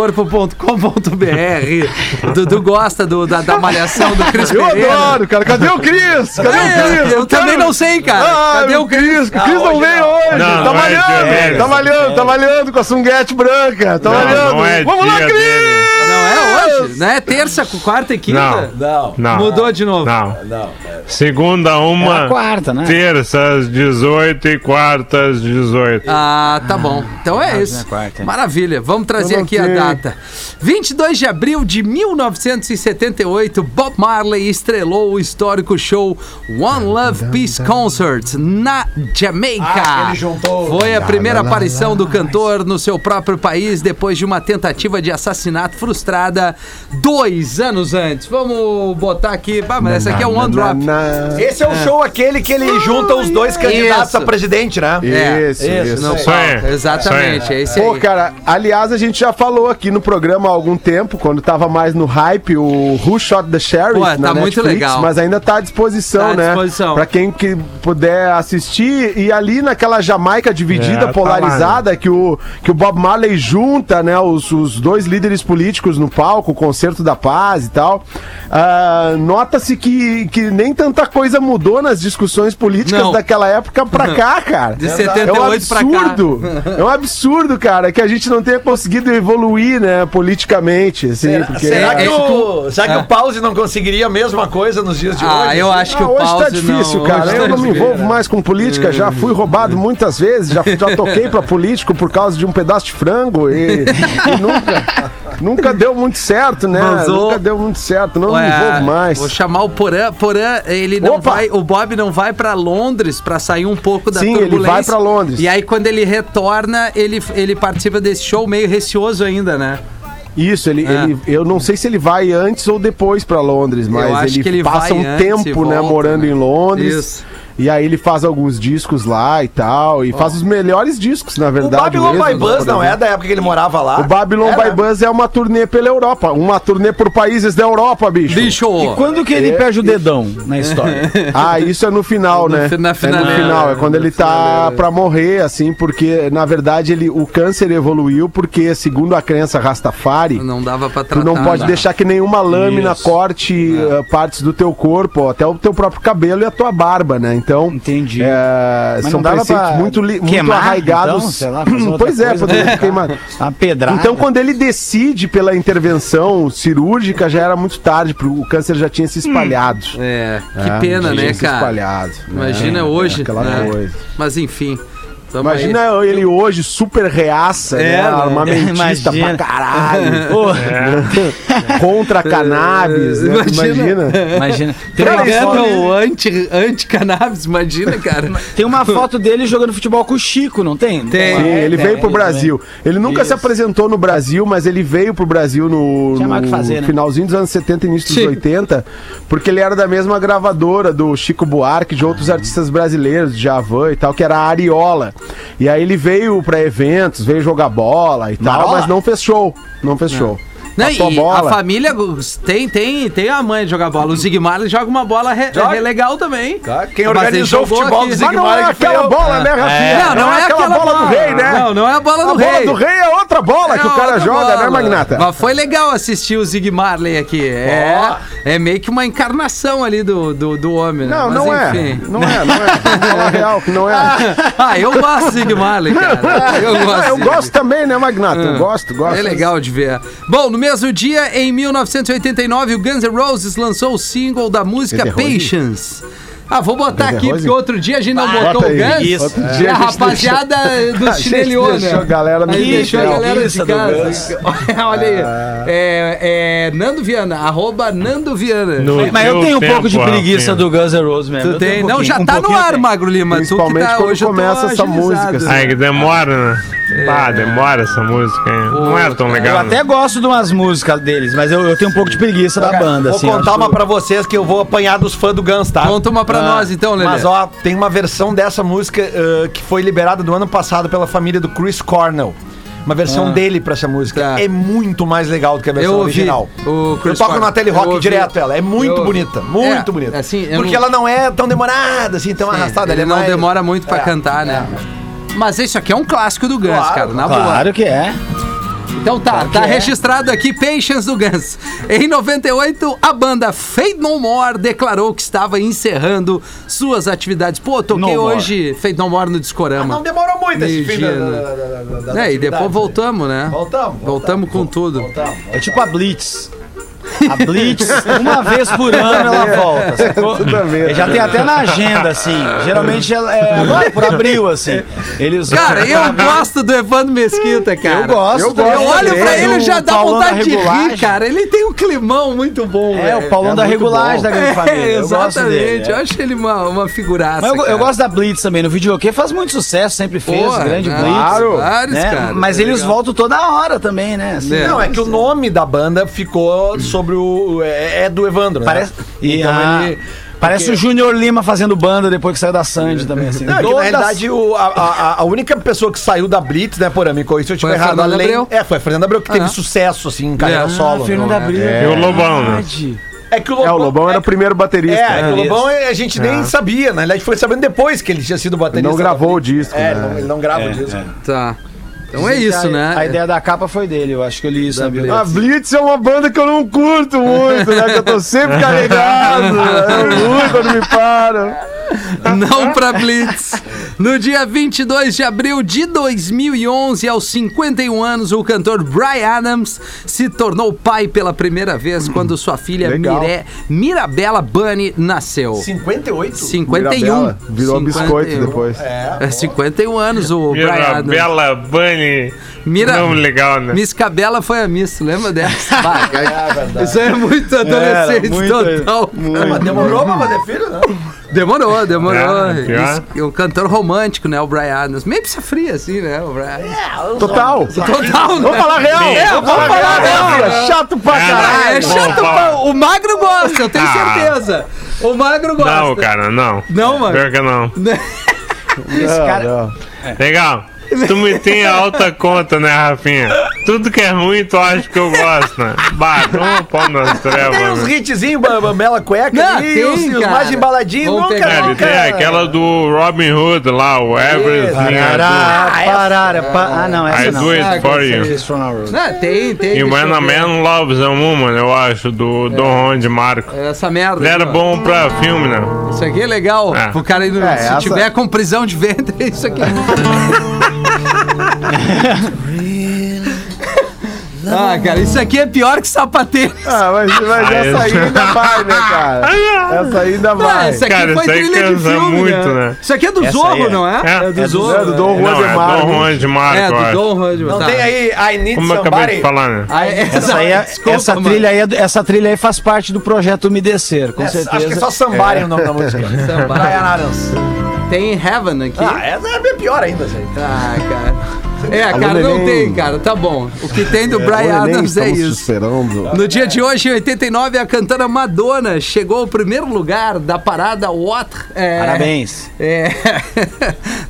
C: Corpo.com.br. Dudu gosta do, da, da malhação do Cris
B: Eu
C: Pereira.
B: adoro, cara. Cadê o Cris? Cadê
C: É,
B: o Cris?
C: eu também
B: quero-
C: não sei, cara.
B: Ah,
C: Cadê
B: o
C: o
B: Cris? O Cris não veio
F: Não,
B: hoje. tá
F: não é dia
B: malhando,
F: dele.
B: tá malhando, tá malhando com a sunguete branca. Tá
F: Não,
B: malhando.
F: não é
B: Vamos lá,
F: dia
B: Cris!
F: dele.
C: Não é hoje, né? Terça, quarta e quinta.
F: Não. Não.
C: Mudou de novo.
F: Não. Segunda, uma.
D: Era quarta, né?
F: Terça às 18 e quarta às 18.
C: Ah, tá bom. Então é isso.
D: quarta.
C: Maravilha. Vamos trazer aqui a data. 22 de abril de 1978, Bob Marley estrelou o histórico show One Love Peace Concert na Jamaica. Foi a primeira aparição do cantor no seu próprio país depois de uma tentativa de assassinato frustrada dois anos antes. Vamos botar aqui. Ah, mas essa aqui é um one drop.
E: Esse é o show aquele que ele junta os dois candidatos
C: Isso.
E: a presidente, né?
C: É,
B: Isso,
E: isso,
B: isso.
C: Não
F: Isso aí.
C: falta. Exatamente. É esse
B: Pô,
C: aí.
B: cara, aliás, a gente já falou aqui no programa há algum tempo, quando tava mais no hype, o Who Shot the Sheriff
C: Pô,
B: na
C: tá muito
B: Netflix,
C: legal.
B: mas ainda tá à disposição,
C: Tá à
B: né?
C: disposição.
B: Pra quem que puder assistir, e ali naquela Jamaica dividida,
F: É, tá
B: polarizada, que, o, que o Bob Marley junta, né, os os, os dois líderes políticos no palco, o Concerto da Paz e tal. Ah, Nota-se que, que nem tanta coisa mudou nas discussões políticas
C: Não.
B: daquela época pra cá, cara.
C: De
B: É um
C: 78 pra cá.
B: absurdo. É um absurdo, cara, que a gente não tenha conseguido evoluir, né, politicamente. Assim, porque-
E: Será,
C: é-
E: que,
C: é-
E: o, será que o Pause não conseguiria a mesma coisa nos dias de
C: Ah,
E: hoje?
C: eu acho que
B: Ah,
C: o
B: hoje
C: pause
B: tá difícil,
C: não,
B: cara.
C: hoje
B: Eu
C: tá
B: não me
C: difícil. É.
B: envolvo mais com política, já fui roubado muitas vezes, já, já toquei pra político por causa de um pedaço de frango e, e nunca, nunca deu muito certo, né?
C: Mas o-
B: Nunca deu muito certo, não me
C: Ué,
B: envolvo mais.
C: É, Vou chamar o Porã. Porã, ele não
B: Opa!
C: vai. O Bob não vai pra Londres pra sair um pouco da
B: Sim, ele
C: turbulência.
B: vai pra Londres.
C: E aí, quando ele retorna, ele, ele participa desse show meio receoso ainda, né?
B: Isso, ele,
C: É.
B: ele- eu não sei se ele vai antes ou depois pra Londres,
C: Eu
B: mas
C: acho
B: ele,
C: que ele
B: passa
C: vai
B: um
C: antes e
B: tempo, né,
C: volta,
B: morando
C: né?
B: em Londres.
C: Isso.
B: E aí ele faz alguns discos lá e tal, e faz os melhores discos, na
E: O
B: verdade.
E: Babylon
B: mesmo,
E: by Buzz
B: por
E: não é da época que ele morava lá.
B: O Babylon
E: Era?
C: né?
B: by Buzz é uma turnê pela Europa. Uma turnê por países da Europa, bicho.
C: Bicho!
D: E quando que ele
C: é
D: perde o dedão na história?
B: Ah, isso é no final,
C: No
B: né?
C: fi- na
B: é
C: finaleira.
B: no final, é quando ele tá
C: finaleira.
B: pra morrer, assim, porque, na verdade, ele, o câncer evoluiu porque, segundo a crença Rastafari,
C: Não dava pra
B: tu
C: tratar. né?
B: não pode deixar que nenhuma lâmina
D: Isso. É.
B: corte eh, partes do teu corpo, ó, até o teu próprio cabelo e a tua barba, né? Então,
D: Entendi.
B: eh,
D: Mas
B: são
D: não dava
B: preceitos
D: pra
B: muito, li- muito
D: queimar,
B: arraigados.
D: então, sei lá, fazer outra
B: pois é,
D: coisa,
B: poderia
D: né?
B: ter queimado.
D: Uma pedrada.
B: Então, quando ele decide pela intervenção cirúrgica, já era muito tarde, porque o câncer já tinha se
D: Hum.
B: espalhado.
C: É, que
B: Ah,
C: pena,
B: já
C: né,
B: tinha se
C: cara?
B: espalhado.
C: Imagina
B: É,
C: hoje.
B: Aquela
C: né?
B: coisa.
C: Mas enfim. tamo aí.
B: Imagina ele hoje super reaça, né?
D: É, né?
B: armamentista
D: Imagina.
B: pra caralho,
D: Ô,
C: É.
B: contra a cannabis, né?
C: Imagina.
B: Imagina.
D: Imagina. Tem uma,
C: Pegando
D: foto,
C: o anti- anti-cannabis, imagina, cara.
D: tem uma foto dele jogando futebol com o Chico, não tem?
C: Tem.
B: Sim, ele
D: tem,
B: veio pro
D: isso,
B: Brasil. Ele nunca se apresentou no Brasil, mas ele veio pro Brasil no,
D: Tinha mais o
B: no
D: que fazer, né?
B: finalzinho dos anos 70 início dos
C: Sim.
B: 80, porque ele era da mesma gravadora do Chico Buarque, de outros artistas brasileiros, de Javan e tal, que era a Ariola. E aí ele veio pra eventos, veio jogar bola e tal,
D: Marola?
B: mas não fez show. Não fez show.
C: Não,
B: Passou
C: e
B: bola.
C: a família Gus, tem, tem, tem a mãe de jogar bola. O Zigmar ele joga uma bola re,
E: Joga.
C: re- legal também.
E: Tá, Quem
C: Mas ele
E: organizou o
C: jogou
E: futebol
C: aqui.
E: do
B: Mas não
E: Zigmar
B: é
E: que foi
B: aquela
E: eu.
B: bola, né, Rafinha?
C: Não, não é, aquela, bola,
B: do rei, né?
C: Não, não é a bola
B: A
C: do
B: bola
C: rei.
B: do rei é outra bola que
C: É
B: o cara
C: outra
B: joga, né,
C: bola.
B: Magnata?
C: Mas foi legal assistir o Zig Marley aqui. É, é meio que uma encarnação ali do, do, do homem, né?
B: Não,
C: Mas
B: não é.
C: enfim.
B: Não é, não é. Vamos falar real que não é.
C: Ah, eu gosto do Zig Marley, cara. Eu gosto.
B: Ah, eu
C: dele.
B: gosto também, né, Magnata? Eu gosto, gosto.
C: É legal de ver. Bom, no mesmo dia, em 1989, o Guns N' Roses lançou o single da música
B: Guns N' Roses?
C: Patience. Ah, vou botar
B: Guns N'
C: aqui,
B: Roses?
C: porque outro dia a gente
D: Ah,
C: não
B: Bota
C: botou o
B: aí.
C: Guns.
B: Isso. Outro dia
C: e a
B: a gente
C: rapaziada do
B: A gente
C: chineleou, né?
B: deixou a galera no
C: Aí deixou a
B: chinelo.
C: galera de
D: Preguiça do
C: casa. Olha aí. É, é Nando Viana, arroba Nando Viana.
F: No
D: Mas eu
F: teu
D: tenho um
F: tempo,
D: pouco de preguiça do
F: Rafinha.
D: Guns N' Roses mesmo.
C: Tu
D: Eu tenho
C: tem?
D: um
C: não,
D: pouquinho,
C: já
D: um
C: tá no
D: pouquinho eu
C: ar,
D: tenho.
C: Magro Lima.
B: Principalmente
C: tu que tá,
B: quando
C: hoje eu tô
B: começa essa música,
C: agilizado.
B: assim.
F: Ai, que demora, né? Ah, demora essa música, hein? Não é tão
D: Eu
F: legal. né?
D: até gosto de umas músicas deles, mas eu, eu tenho um pouco de preguiça da banda,
E: Vou
D: assim. eu
E: contar
D: acho
E: uma pra vocês que eu vou apanhar dos fãs do Guns, tá?
C: Conta uma pra nós, então, Lelê.
E: Mas ó, tem uma versão dessa música ah, que foi liberada do ano passado pela família do Chris Cornell. Uma versão dele pra essa música.
C: Ah. Tá.
E: É muito mais legal do que a versão
C: Eu ouvi
E: original.
C: o Chris
E: eu toco
C: Cornell.
E: na tele
C: Eu
E: rock
C: ouvi.
E: direto ela. É muito
C: Eu-
E: bonita, muito
C: É,
E: bonita.
C: assim, eu
E: Porque
C: não-
E: ela não é tão demorada, assim, tão arrastada.
C: Ele
E: ela é
C: não
E: mais-
C: demora muito pra
E: É.
C: cantar, né? Mas isso aqui é um clássico do Guns,
E: Claro,
C: cara, na boa.
D: Claro que é.
C: Então tá, tá registrado aqui Patience do Guns. Em 98, a banda Fade No More declarou que estava encerrando suas atividades. Pô, toquei
D: No More.
C: hoje Fade No More no Discorama.
E: Ah, Não demorou muito esse fim da, da,
C: Meio-dia, né?
E: da- da- da- da- da
C: É, e
E: atividade, né?
C: depois voltamos, né?
E: Voltamos.
C: Voltamos com tudo.
E: Voltamos.
D: É tipo a Blitz. A Blitz, uma vez por ano
C: É.
D: ela volta, sacou?
B: Tudo a ver.
D: Já tem até na agenda, assim. Geralmente ela é agora por abril, assim. Eles
C: Cara, eu gosto do Evandro Mesquita, cara.
D: Eu gosto.
C: Eu, olho pra
D: também.
C: ele e já
D: O
C: dá
D: Paulão da
C: vontade de rir,
D: regulagem.
C: cara. Ele tem um climão muito bom,
D: É, o
C: velho.
D: Paulão
B: é
D: da
B: muito
D: regulagem
B: bom.
D: da grande família.
C: É,
D: Eu gosto
C: exatamente.
D: dele, é.
C: eu acho ele uma, uma figuraça.
D: Mas eu, eu
C: cara.
D: gosto da Blitz também. No videokê faz muito sucesso, sempre fez.
C: Pô,
D: grande
C: né?
D: Blitz.
B: Claro.
C: Vários,
D: né?
C: cara.
D: Mas
C: Tá
D: eles
C: ligado?
D: voltam toda hora também, né? Assim,
C: É.
E: Não, é que o nome da banda ficou sobre o. É, é do Evandro.
D: Parece,
E: Né?
C: É.
D: e
E: Então
D: a-
E: ele-
D: parece
E: porque-
D: o Júnior Lima fazendo banda depois que saiu da Sandy também, assim.
E: Não, é que na
D: Todas-
E: realidade, o- a, a- a única pessoa que saiu da Blitz, né, por amigo, isso eu
C: Foi
E: tiver
C: a
E: errado,
C: Fernanda
E: além.
C: Abreu.
E: É, foi a Fernanda Abreu que
C: Ah.
E: teve sucesso, assim, em carreira
C: Ah,
E: solo.
D: Fernanda
E: Não, é.
D: Abril.
F: E o Lobão, né?
D: verdade.
E: É que o Lobão.
B: É, o Lobão era o primeiro
E: É,
B: baterista.
E: é que o
B: né?
E: Lobão é, a gente nem sabia, né? na realidade foi sabendo depois que ele tinha sido
B: Ele
E: baterista.
B: não
E: da
B: gravou o
E: Blitz.
B: disco,
E: É, ele
B: né?
E: não, ele não grava o disco.
C: Tá. Então é
D: Dizem que
C: isso,
D: a-
C: né?
D: A ideia da capa foi dele, eu acho que eu li isso
C: Da
D: na Ah,
C: Blitz.
D: biografia.
B: A Blitz é uma banda que eu não curto muito, né? Que eu tô sempre carregado. né? Eu ruim quando me param.
D: tá
C: Não pra Blitz. No dia 22 de abril de 2011, aos 51 anos, o cantor Brian Adams se tornou pai pela primeira vez
D: Hum,
C: quando sua filha
B: Legal.
C: Mire- Mirabella Bunny nasceu.
E: 58?
C: 51.
B: Virou
C: 51.
B: biscoito depois.
C: É 51 anos o Brian Adams.
F: Mirabela Bunny.
C: Mira-
F: Não legal, né?
C: né? Miss Cabela foi a Miss, lembra dessa? Vai, Isso é muito adolescente total.
E: Demorou pra fazer filho, né?
C: Demorou, demorou.
F: É, pior.
C: Isso- É um cantor romântico, né? O Brian Adams. Meio pizza fria, assim, né? O Brian Adams.
B: Total.
C: Total, né?
B: É. Vamos falar real.
F: É,
B: vamos falar, real. cara. Chato pra
F: É,
C: Ah,
B: caralho.
C: é
F: Vamos
C: chato,
F: falar.
C: pra- o Magro gosta, eu tenho
F: Ah.
C: certeza. O Magro gosta.
F: Não, cara, não.
C: Não, mano.
F: Pior que não.
D: Esse cara-
F: Legal. Tu me tem a alta conta, né, Rafinha? Tudo que é ruim, tu acha que eu gosto, né? Bah, toma pau nas
E: Tem uns
F: trevas. né?
E: hitzinhos, ba- ba- bela cueca
C: Não,
E: ali,
C: tem,
E: os- os
C: cara.
E: mais embaladinhos,
C: Vamos
E: nunca,
C: pegar.
F: É,
E: nunca.
F: ele tem aquela do Robin Hood lá, o Everest.
D: Parará, parará, Ah, pa- Ah, não,
F: I
D: essa não.
F: do it for you.
D: This one hour.
C: Ah, tem, tem.
F: E
C: deixa
F: When
C: eu
F: a
C: ver.
F: Man Loves a Woman, eu acho, do Don Juan de Marco.
C: Essa merda.
F: Ele era
C: aqui, ó.
F: bom pra filme, né?
C: Isso aqui é legal.
F: É.
C: O cara, aí não-
B: É,
C: se
B: essa-
C: tiver com prisão de ventre, é isso aqui. ah, cara, isso aqui é pior que sapateiro.
B: Ah, mas, mas
F: Ah,
B: essa aí
F: eu-
B: ainda vai, né, cara? Essa aí ainda
C: Ah,
B: vai. Né,
C: isso aqui
F: Cara,
C: foi
F: isso aí
C: trilha de
F: cansa
C: filme,
F: muito,
C: né?
F: né?
C: Isso aqui é do Zorro, não é?
F: É.
C: do
F: É do
C: Zorro.
B: É do Dom Juan
F: Não,
B: de
F: é
B: Marco.
F: Don Juan de Marco,
C: É,
F: eu
C: do
F: acho.
C: Dom Juan.
E: Não
C: tá.
E: tem aí I Need
F: Como eu acabei
E: Somebody?
F: de falar, né?
C: Ah,
D: Essa, aí é-
C: desculpa,
D: essa
C: mano.
D: trilha aí, é do- essa trilha aí faz parte do projeto Umedecer, com
E: Essa- Acho que é
D: certeza.
E: só Somebody o nome da música.
C: Samba.
E: Brian Adams.
C: Tem Heaven aqui.
E: Ah, essa é bem pior ainda, gente.
C: Ah, cara. É, cara, não
B: neném.
C: tem, cara. Tá bom. O que tem do Brian
B: Olha, nem
C: Adams é
B: estamos te
C: isso.
B: Esperando.
C: No dia de hoje, em 89, a cantora Madonna chegou ao primeiro lugar da parada What. é,
D: Parabéns.
C: é,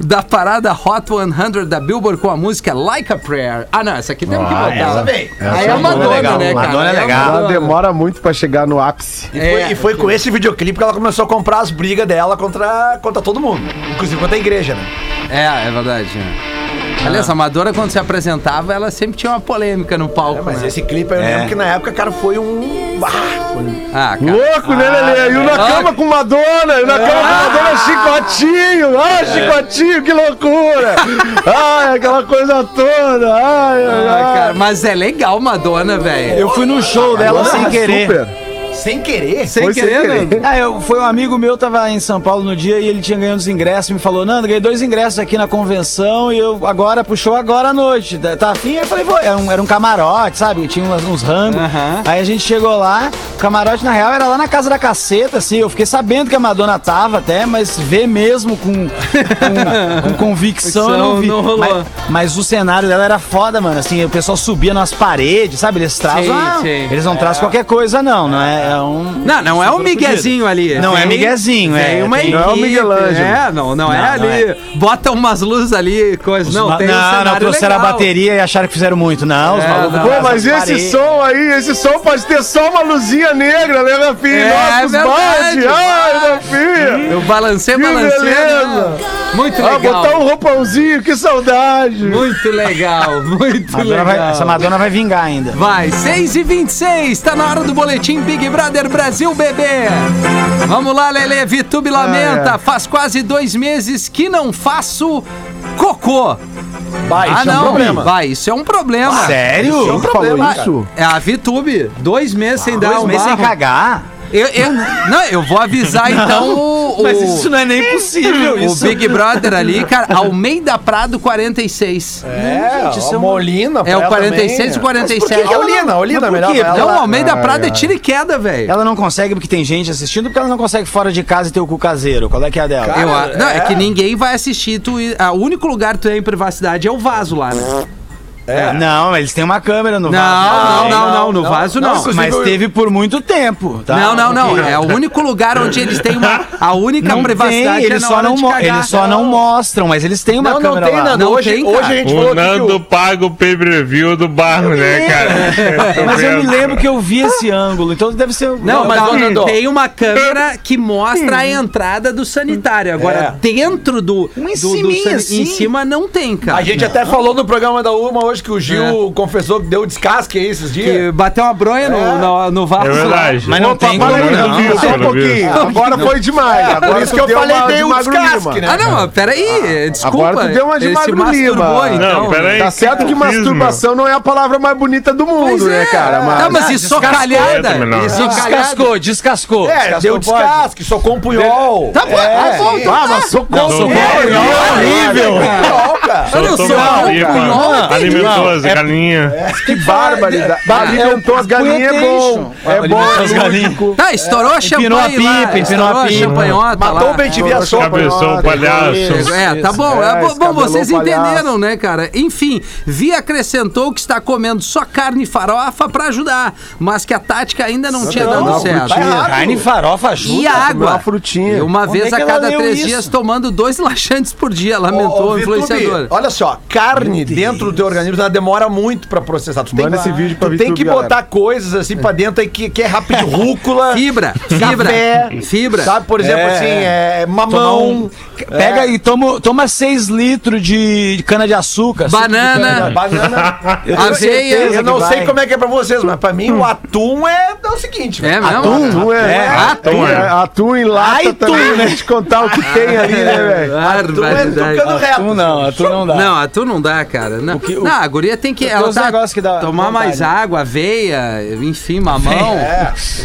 C: da parada Hot 100 da Billboard com a música Like a Prayer. Ah, não, essa aqui temos que botar.
E: essa vem.
C: Aí é
B: Essa
C: a Madonna,
B: é legal.
C: né, cara?
E: Madonna é
C: Aí a
E: legal.
B: Ela
C: Madonna.
B: demora muito pra chegar no ápice.
E: E, foi,
C: É,
E: e foi com esse videoclipe que ela começou a comprar as brigas dela contra, contra todo mundo. Inclusive contra a igreja, né?
C: É, é verdade. é. Aliás, a Madonna, quando se apresentava, ela sempre tinha uma polêmica no palco.
E: É, Mas
C: né?
E: esse clipe eu lembro que na época, cara, foi um. Ah, foi um-
C: Ah, cara.
B: Louco, né, Lelê? E o na cama com Madonna, e o na cama com Madonna, chicotinho, ah, chicotinho, que loucura! Ai, aquela coisa toda, ai, ai,
C: Ah,
B: ai.
C: cara, mas é legal Madonna, velho.
D: Eu fui no show dela
E: é
D: sem
B: Madonna
D: querer.
B: Super.
E: Sem querer.
C: Sem
B: foi sem
C: querer, né?
B: querer.
D: Ah, eu, foi um amigo meu, tava em São Paulo no dia e ele tinha ganhado os ingressos e me falou, Nando, ganhei dois ingressos aqui na convenção e eu agora puxou agora à noite. Tá- Tá afim? Eu falei, vou. Era um, era um camarote, sabe? Tinha umas- uns rangos.
C: Aham.
D: Aí a gente chegou lá, o camarote na real era lá na casa da caceta, assim. Eu fiquei sabendo que a Madonna tava até, mas ver mesmo com, com, com convicção eu não vi.
C: Não rolou.
D: Mas, mas o cenário dela era foda, mano. Assim, o pessoal subia nas paredes, sabe? Eles trazem.
C: Sim, É.
D: ah,
C: sim.
D: Eles não trazem qualquer coisa, não. Não é, é um.
C: Não, não é um
D: Super fudido.
C: miguezinho ali.
D: Não é
C: Tem-
D: miguezinho, é.
C: Tem uma
D: Tem-
C: equipe.
B: Não é o Miguel Ângelo.
C: É, não, não, é
D: Não, não
C: ali. Bota umas luzes ali, coisa.
D: Os
C: Não,
D: ma-
C: tem um
D: não,
C: cenário
D: trouxeram
C: legal.
D: a bateria e acharam que fizeram muito. Não, os
C: É,
D: malucos.
C: não.
B: Pô,
D: fazem as
B: mas esse
D: paredes.
B: som aí, esse som pode ter só uma luzinha negra, né, Rafinha?
C: É, é
B: Nossa, os
C: verdade,
B: bate, ai,
C: bate.
B: Rafinha!
C: Eu balancei,
B: Que
C: balancei.
B: beleza.
C: né? Muito
B: Ah,
C: legal.
B: botar um roupãozinho, que saudade!
C: Muito legal, muito
D: Madonna
C: legal.
D: vai- essa Madonna vai vingar ainda.
C: Vai, 6 e 26 tá na hora do boletim Big Brother Brasil, bebê. Vamos lá, Lele, Vitube lamenta, faz quase dois meses que não faço cocô.
E: Vai,
C: ah,
E: isso é um
C: não,
E: problema.
C: vai, isso é um problema.
D: Ah, Sério?
E: Isso é um problema, cara.
C: É a Vitube, dois meses sem dar
D: Ah, Dois
C: um
D: meses sem
C: barro.
D: cagar?
C: Eu, eu- não, eu vou avisar então o, o,
D: não é nem possível.
C: o Big Brother ali, cara, Almeida Prado 46. É,
E: É,
D: Gente, isso é
E: a
D: um-
E: Molina. pra
C: o
E: ela
C: 46 e o
E: também. Mas Por
C: 47.
E: que que é a Olina? A Olina é
D: Mas por
E: melhor
D: quê?
E: pra ela.
C: Não, Almeida Prado é tiro e queda, velho.
D: Ela não consegue porque tem gente assistindo, porque ela não consegue fora de casa e ter o cu caseiro. Qual é que é a dela?
E: Cara,
C: Eu, a- não, é.
E: é.
C: que ninguém vai assistir. Tu, ir- a, o único lugar que tu é em privacidade é o vaso lá, né?
D: Não, eles têm uma câmera no
C: Não, não,
D: vaso.
C: não, não, no vaso não.
D: Mas, mas teve por muito tempo, tá?
C: Não, não, não. É o único lugar onde eles têm uma. A única
D: Não
C: privacidade
D: tem,
C: é
D: eles
C: na
D: só
C: hora
D: não,
C: de
D: mo-
C: cagar.
D: eles só não mostram, mas eles têm uma
E: Não, não
D: câmera
E: tem,
D: lá.
E: Nando.
C: Não
E: hoje,
C: tem,
E: hoje a
C: cara.
E: gente falou
F: O
E: aqui que
F: Nando paga o pay-per-view do barro, né, cara?
D: Mas eu me lembro que eu vi esse ângulo, então deve ser.
C: Não,
E: Não, mas,
C: mas
E: ô, Nando,
C: tem uma câmera que mostra a entrada do sanitário. Agora, dentro do.
D: Um em
C: do- do
D: ciminha,
C: sani-
D: assim.
C: Em cima não tem, cara. É.
E: A gente até falou no programa da Uma hoje que o Gil confessou que deu descasque aí esses dias.
C: Que bateu uma bronha no, no, no vaso.
F: É verdade.
D: Mas não
B: Opa,
D: tem
B: para
D: como,
B: aí,
D: não.
B: Dudu, só um
F: Cara,
B: pouquinho. Agora foi demais. Agora
E: por isso
B: tu
E: que eu
B: deu
E: falei
B: uma
E: dei
B: de
E: um
B: Magro
E: descasque,
B: Lima.
E: né?
C: Ah,
F: É.
C: não, mas peraí, desculpa.
B: Agora tu deu uma de
C: ele se
B: Magro
C: masturbou,
B: Lima.
C: então.
F: Não, peraí.
B: Tá certo que
F: Catolicismo.
B: masturbação não é a palavra mais bonita do mundo,
C: Pois
B: né,
C: é.
B: cara?
C: Tá,
B: Mas...
C: mas isso socalhada.
F: É, também não.
C: Isso socalhada.
D: Descascou, descascou.
E: É, deu descasque, socou um punhol. É,
C: Tá bom, tá bom, então
B: Ah,
C: tá.
B: mas sou
D: Não, sou
F: Não,
D: pobre,
F: não,
D: é horrível.
E: Punhol, cara.
C: Olha, eu
F: Soltou
C: sou
F: uma
C: um
F: pipa,
C: punhol, entendi.
F: Alimentou as galinhas.
B: Que barbaridade.
D: Bah,
B: Alimentou
D: é o
B: as galinhas, é bom.
D: punhetation.
B: É bom.
D: Alimentou as galinhas.
C: Tá, estourou a champanhe
D: empinou a
C: lá,
D: pipa, empinou a
C: estourou
D: pipa.
C: champanhota
E: Matou
C: lá.
E: o Bentivi a sopa.
F: Cabeção, palhaço.
D: Isso,
C: É, tá
D: isso.
C: bom.
B: É,
C: É, bom-
B: esse
C: bom,
B: cabelão
C: vocês
B: palhaço.
C: entenderam, né, cara? Enfim, Via acrescentou que está comendo só carne e farofa pra ajudar, mas que a tática ainda não tinha dado certo.
D: Carne e farofa ajuda.
C: E água.
B: uma frutinha.
C: E uma
D: Onde
C: vez
D: é que
C: a
D: ela
C: cada
D: leu
C: três
D: isso?
C: dias tomando dois laxantes por dia, lamentou
E: Ô,
C: o
E: Vitube,
C: influenciador.
E: Olha só, carne dentro do teu organismo ela demora muito pra processar. Tu
B: Manda
E: tem, que-
B: esse vídeo pra
E: tu tem
B: Vitube,
E: que botar coisas assim pra dentro aí que, que é rápido, rúcula,
C: Fibra, fibra,
E: café,
C: fibra.
E: Sabe, por exemplo,
D: É.
E: assim, é,
D: Toma
E: mamão.
D: um- Pega e toma, toma 6 litros de de cana-de-açúcar. assim, suco de
C: Banana.
D: cana-de-açúcar.
E: Banana. Eu,
C: Aveia.
E: certeza, eu não
D: que
E: sei
D: vai.
E: como é que é pra vocês, mas pra mim o atum é, é o seguinte.
C: É
E: velho.
C: mesmo?
B: Atum é,
D: É,
F: atum
B: atum
F: é.
B: é. Atum em lata
D: Ai,
B: também,
D: tu,
B: né? Te contar o que tem ali, né, velho?
E: Atum é
C: Barbaridade.
E: tucano reto.
D: Tu não, tu não dá.
C: Não, a tu não dá, cara. Não,
D: que- o-
C: não a guria tem que né?
D: Tem
C: ela
D: uns
C: tá-
D: negócios que dá
C: tomar
D: vontade. né?
C: mais água, aveia, enfim, mamão.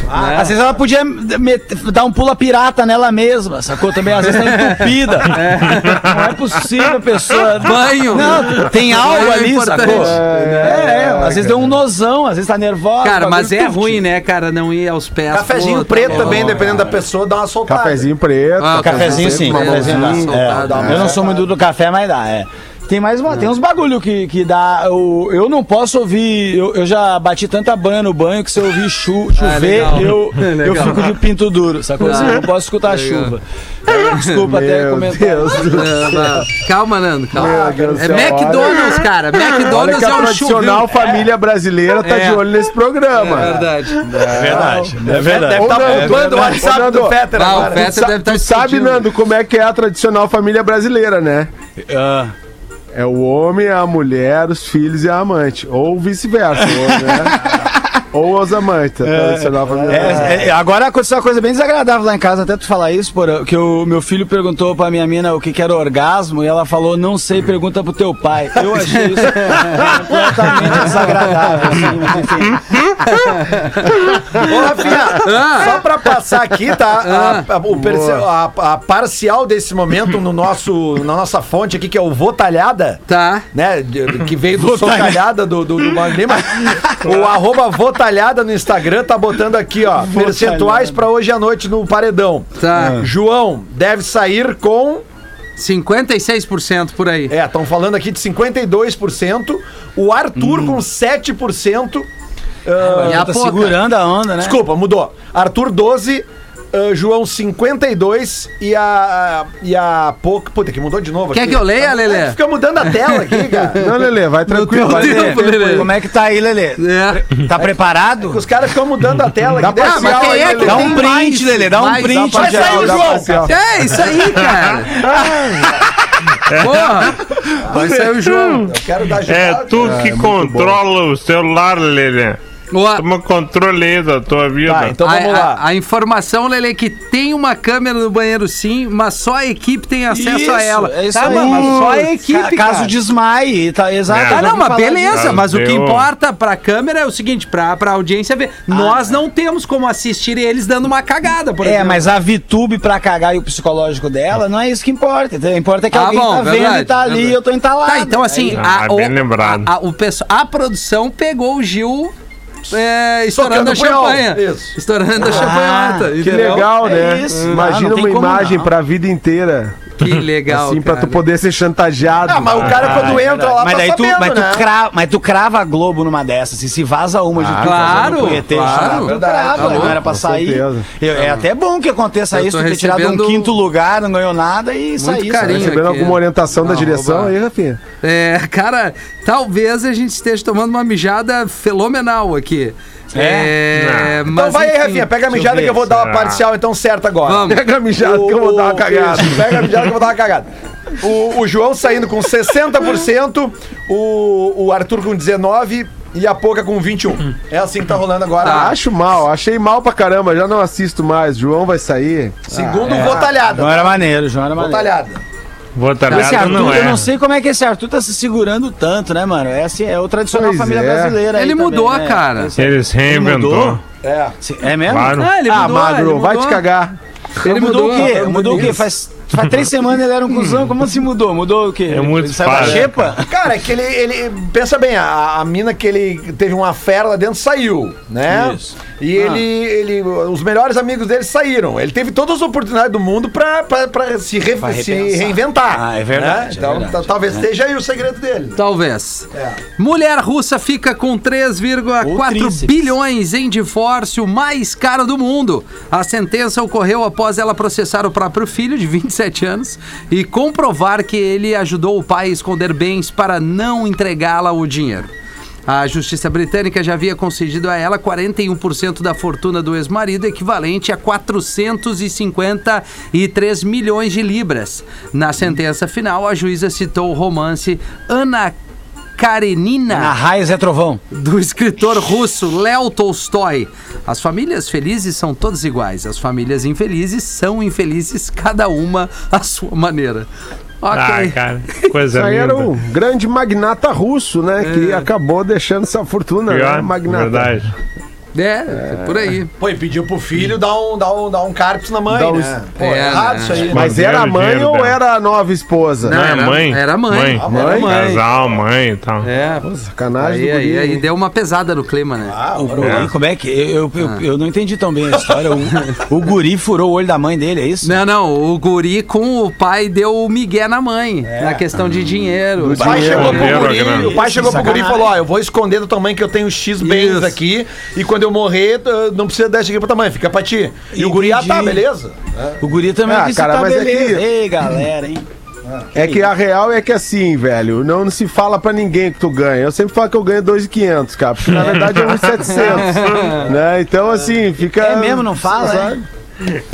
D: Ah, Às vezes ela podia met- dar um pula pirata nela mesma, sacou? Também às vezes tá entupida. Não é possível, pessoa.
C: Banho.
D: Não, tem
C: Banho
D: algo
C: é
D: ali,
C: importante.
D: sacou? É, é, às vezes deu um nozão, às vezes tá nervosa.
C: Cara,
D: o
C: mas
D: bagulho
C: é
D: curte.
C: ruim, né, cara, não ir aos pés.
E: Cafezinho
C: Pô, tá
E: preto
C: bom.
E: também, dependendo da pessoa, dá uma soltada.
B: Cafezinho preto.
C: Ah,
D: Cafezinho
C: Cafezinho
D: sim,
C: preto,
D: cafezinho dá.
C: mamãozinho,
D: É,
C: soltado,
B: né?
D: eu não sou muito do café, mas dá, é. Tem mais uma, tem uns bagulho que, que dá. Eu, eu não posso ouvir. Eu, eu já bati tanta banha no banho que se eu ouvir chu, chover,
C: legal.
D: eu, eu
C: Legal.
D: fico de pinto duro, sacou? Assim, eu não posso escutar a
C: Legal.
D: chuva. É, Desculpa até
B: Meu
D: comentar.
B: Deus do céu.
C: Ah, bah. Calma, Nando, calma.
B: Meu Deus do
C: É
B: céu,
C: McDonald's, cara.
B: Olha
C: McDonald's
B: que
C: é
B: a
C: um
B: tradicional
C: churril.
B: família brasileira tá
C: É.
B: de olho nesse programa.
C: É verdade.
D: É verdade, é
E: Deve
B: Ô,
E: estar
B: Nando,
E: bombando o
B: Nando,
E: WhatsApp
B: ô, Nando,
E: do Fetter
C: Ah, o
E: agora.
C: Fetter- Você
B: Sa-
C: deve tá
B: tu sabe,
C: discutindo.
B: Nando, como é que é a tradicional família brasileira, né?
D: Ah.
B: É o homem, a mulher, os filhos e a amante. Ou vice-versa. ou, né? ou os amantes. a tradicional família brasileira.
D: É, é, agora aconteceu uma coisa bem desagradável lá em casa, até tu falar isso, porra, que o meu filho perguntou pra minha mina o que, que era orgasmo e ela falou, não sei, pergunta pro teu pai. Eu achei isso completamente desagradável. assim, mas enfim.
E: Ô, Rafinha, só pra passar aqui, tá? A, a- o perce-
B: Boa.
E: a- a parcial desse momento no nosso, na nossa fonte aqui, que é o Votalhada.
C: Tá.
E: Né, de- que veio do Sotalhada do, do, do Magro Lima. O arroba Votalhada no Instagram tá botando aqui, ó. Percentuais pra hoje à noite no Paredão.
C: Tá.
E: João deve sair com.
C: 56% por aí.
E: É, estão falando aqui de 52%. O Arthur com 7%. ah,
D: Ela tá
C: pouca?
D: segurando a onda, né?
E: Desculpa, mudou. Arthur 12, ah, João 52 e a. E a pouco. Puta, que mudou de novo.
C: Quer
E: aqui.
C: que eu leia, Lelê?
E: Fica mudando a tela aqui, cara.
B: Não, Lelê, vai tranquilo. vai
C: Deus,
B: ter tempo
C: Lelê.
B: aí.
D: Como é que tá aí, Lelê?
C: É.
D: Tá preparado?
E: Os caras ficam mudando a tela
B: Dá
E: aqui.
B: pra
E: Desce
B: ser
E: aula
C: quem
E: aí,
C: é que
E: Lelê.
D: Dá
C: tem
D: um
C: mais,
D: print, Lelê, dá um
C: mais,
D: print.
E: dá pra
D: já.
E: geral,
D: Dá
E: João,
D: pra geral.
C: É, isso aí, cara. Porra. Vai sair o jogo.
E: Eu quero dar
F: É
E: geral.
F: tu que controla o celular, Lelê.
C: Ó,
F: Toma controle aí da tua vida.
E: Tá, então
D: Ah,
C: a,
E: vamos
C: a-
E: lá.
C: a informação, Lelê, é que tem uma câmera no banheiro sim, mas só a equipe tem acesso a ela.
D: É isso
C: tá,
D: aí.
C: mas- mas só a equipe,
D: Ca- Caso
C: cara.
D: desmaie, tá, exato.
C: Ah,
D: eu já
C: não,
D: ouvi
C: mas
D: falar disso.
C: beleza,
F: disso.
C: mas o que
F: Deu.
C: importa pra câmera é o seguinte, pra, pra audiência ver. Nós não temos como assistir eles dando uma cagada, por
D: É,
C: exemplo.
D: mas a VTube pra cagar e o psicológico dela, não é isso que importa. entendeu? O Importa é que
C: Ah,
D: alguém
C: bom,
D: tá vendo
C: verdade,
D: e tá ali
C: verdade.
D: e eu tô entalado. É
C: Tá, então assim,
F: Ah,
C: a, o-
F: bem lembrado.
C: a- a- o pesso- a produção pegou o Gil é, estourando
E: Tocando
C: a
E: punhol,
C: champanha.
E: isso.
C: Estourando a
D: Ah,
C: champanhota.
B: Que
C: entendeu?
B: legal,
D: É
B: né?
D: isso. Ah,
B: Imagina
D: não tem
B: uma
D: como
B: imagem
D: não.
B: pra vida inteira.
C: Que legal.
B: assim, pra tu
C: cara.
B: poder ser chantageado.
E: Ah, mas o cara quando entra lá,
D: é mas
E: tá
D: daí tu,
E: sabendo,
D: mas, tu
E: né?
D: cra- mas tu crava a Globo numa dessas, assim, se vaza uma de tu
C: Ah, claro,
D: fazendo punhete,
C: claro.
D: tu crava,
C: Tá
D: né? não era pra
B: com
D: sair.
B: certeza.
D: Eu- é até bom que aconteça
C: Eu
D: isso,
C: tô
D: ter tirado um
C: recebendo
D: quinto lugar, não ganhou nada e sair.
C: carinho.
D: sabe?
B: Recebendo
C: aqui,
B: alguma
C: né?
B: orientação da
C: Não,
B: direção
C: roubar.
B: aí, Rafinha?
C: É, cara, talvez a gente esteja tomando uma mijada fenomenal aqui.
F: É?
C: mas,
E: Então vai aí,
C: enfim.
E: Rafinha, pega a mijada que eu vou dar uma
F: será?
E: parcial então certa agora.
C: Vamos.
B: é. Pega a mijada que eu vou dar uma cagada.
E: Isso, Pega a mijada que eu vou dar uma cagada. O, o João saindo com 60%, o, o Arthur com 19% e a Poca com 21%. É assim que tá rolando agora.
C: Tá.
B: Acho mal, achei mal pra caramba, já não assisto mais. João vai sair.
C: Ah.
E: Segundo, o Votalhada.
D: João era maneiro, João era maneiro.
E: Votalhada.
D: Esse
F: Botalhado
D: Arthur,
F: não é.
D: eu não sei como é que esse Arthur tá se segurando tanto, né, mano? Essa é o tradicional
B: Pois
D: família
B: é.
D: brasileira. aí
C: Ele
D: também,
C: mudou,
D: né?
C: cara.
D: Esse-
F: Ele se reinventou.
D: mudou?
E: É.
D: É mesmo?
F: Claro.
C: Ah, ele
B: ah,
C: mudou,
B: Magro,
C: ele
B: vai
C: mudou.
B: te cagar.
C: Ele mudou,
D: o quê?
C: mudou
D: Mudou o quê?
C: isso.
D: Faz, faz três semanas ele era um cuzão. Como assim mudou? Mudou o quê?
F: É muito
D: Ele saiu da
F: fácil.
D: xepa?
E: Cara, é que ele, ele. Pensa bem, a, a mina que ele teve uma fera lá dentro saiu, né?
D: Isso. Ah.
E: E ele, ele. Os melhores amigos dele saíram. Ele teve todas as oportunidades do mundo pra, pra, pra se, re-
D: Pra
E: se
D: repensar.
E: reinventar.
D: Ah, é verdade, é
E: Então
D: verdade.
E: ta- talvez esteja aí o segredo dele.
C: Talvez.
E: É.
C: Mulher russa fica com
D: Ou
C: 3,4
D: tríceps.
C: bilhões em divórcio mais caro do mundo. A sentença ocorreu após ela processar o próprio filho de 27 anos e comprovar que ele ajudou o pai a esconder bens para não entregá-la o dinheiro. A justiça britânica já havia concedido a ela 41% da fortuna do ex-marido, equivalente a 453 milhões de libras. Na sentença final, a juíza citou o romance Ana
D: Na
C: Karenina,
D: raiz é trovão.
C: do escritor russo Léo Tolstói. As famílias felizes são todas iguais, as famílias infelizes são infelizes, cada uma à sua maneira. Ok. né?
F: Ah, cara, coisa
B: Isso aí
F: linda.
B: era um grande magnata russo, né? Que acabou deixando essa fortuna, né?
F: Pior,
B: Magnata.
F: verdade.
C: É, é por aí.
E: Pô, e pediu pro filho dar um, dar um, dar um carpes na mãe,
B: Dá um-
E: né? Pô,
C: É,
E: errado
C: né?
E: isso aí. né?
B: Mas era a mãe
F: Dinheiro
B: ou
F: dela.
B: era a nova esposa?
F: Não, é
C: era-
F: mãe.
C: era mãe.
E: Ah, era mãe.
F: Casal, mãe e tal.
C: É,
B: Pô, sacanagem
C: Aí,
B: do guri,
C: aí, aí
B: hein?
C: deu uma pesada no clima, né?
E: Ah,
D: O guri, como é que. Eu, eu, eu,
B: Ah.
D: eu não entendi tão bem a história. O, o guri furou o olho da mãe dele, é isso?
C: Não, não, o guri com o pai deu o migué na mãe,
B: É.
C: na questão
F: Hum.
C: de dinheiro.
E: O pai chegou pro
F: Dinheiro,
E: guri,
F: grana.
E: o pai chegou pro guri e
D: Sacanagem.
E: falou: Ó, eu vou esconder do tamanho que eu tenho X bens
C: Isso.
E: aqui. E quando eu morrer, tu- não precisa dar isso aqui pro tamanho, fica pra ti. E o guri, ah, tá,
D: Entendi.
E: beleza.
D: O guri também
B: Ah,
D: disse
B: cara,
D: tá
B: mas é
D: beleza.
B: que-
D: Ei, galera, hein?
B: É que a real é que assim, velho, não se fala pra ninguém que tu ganha. Eu sempre falo que eu ganho 2,500, cara, porque na verdade é 1,700, né? Então assim, fica...
D: É mesmo, não fala?
B: Sabe?
D: hein?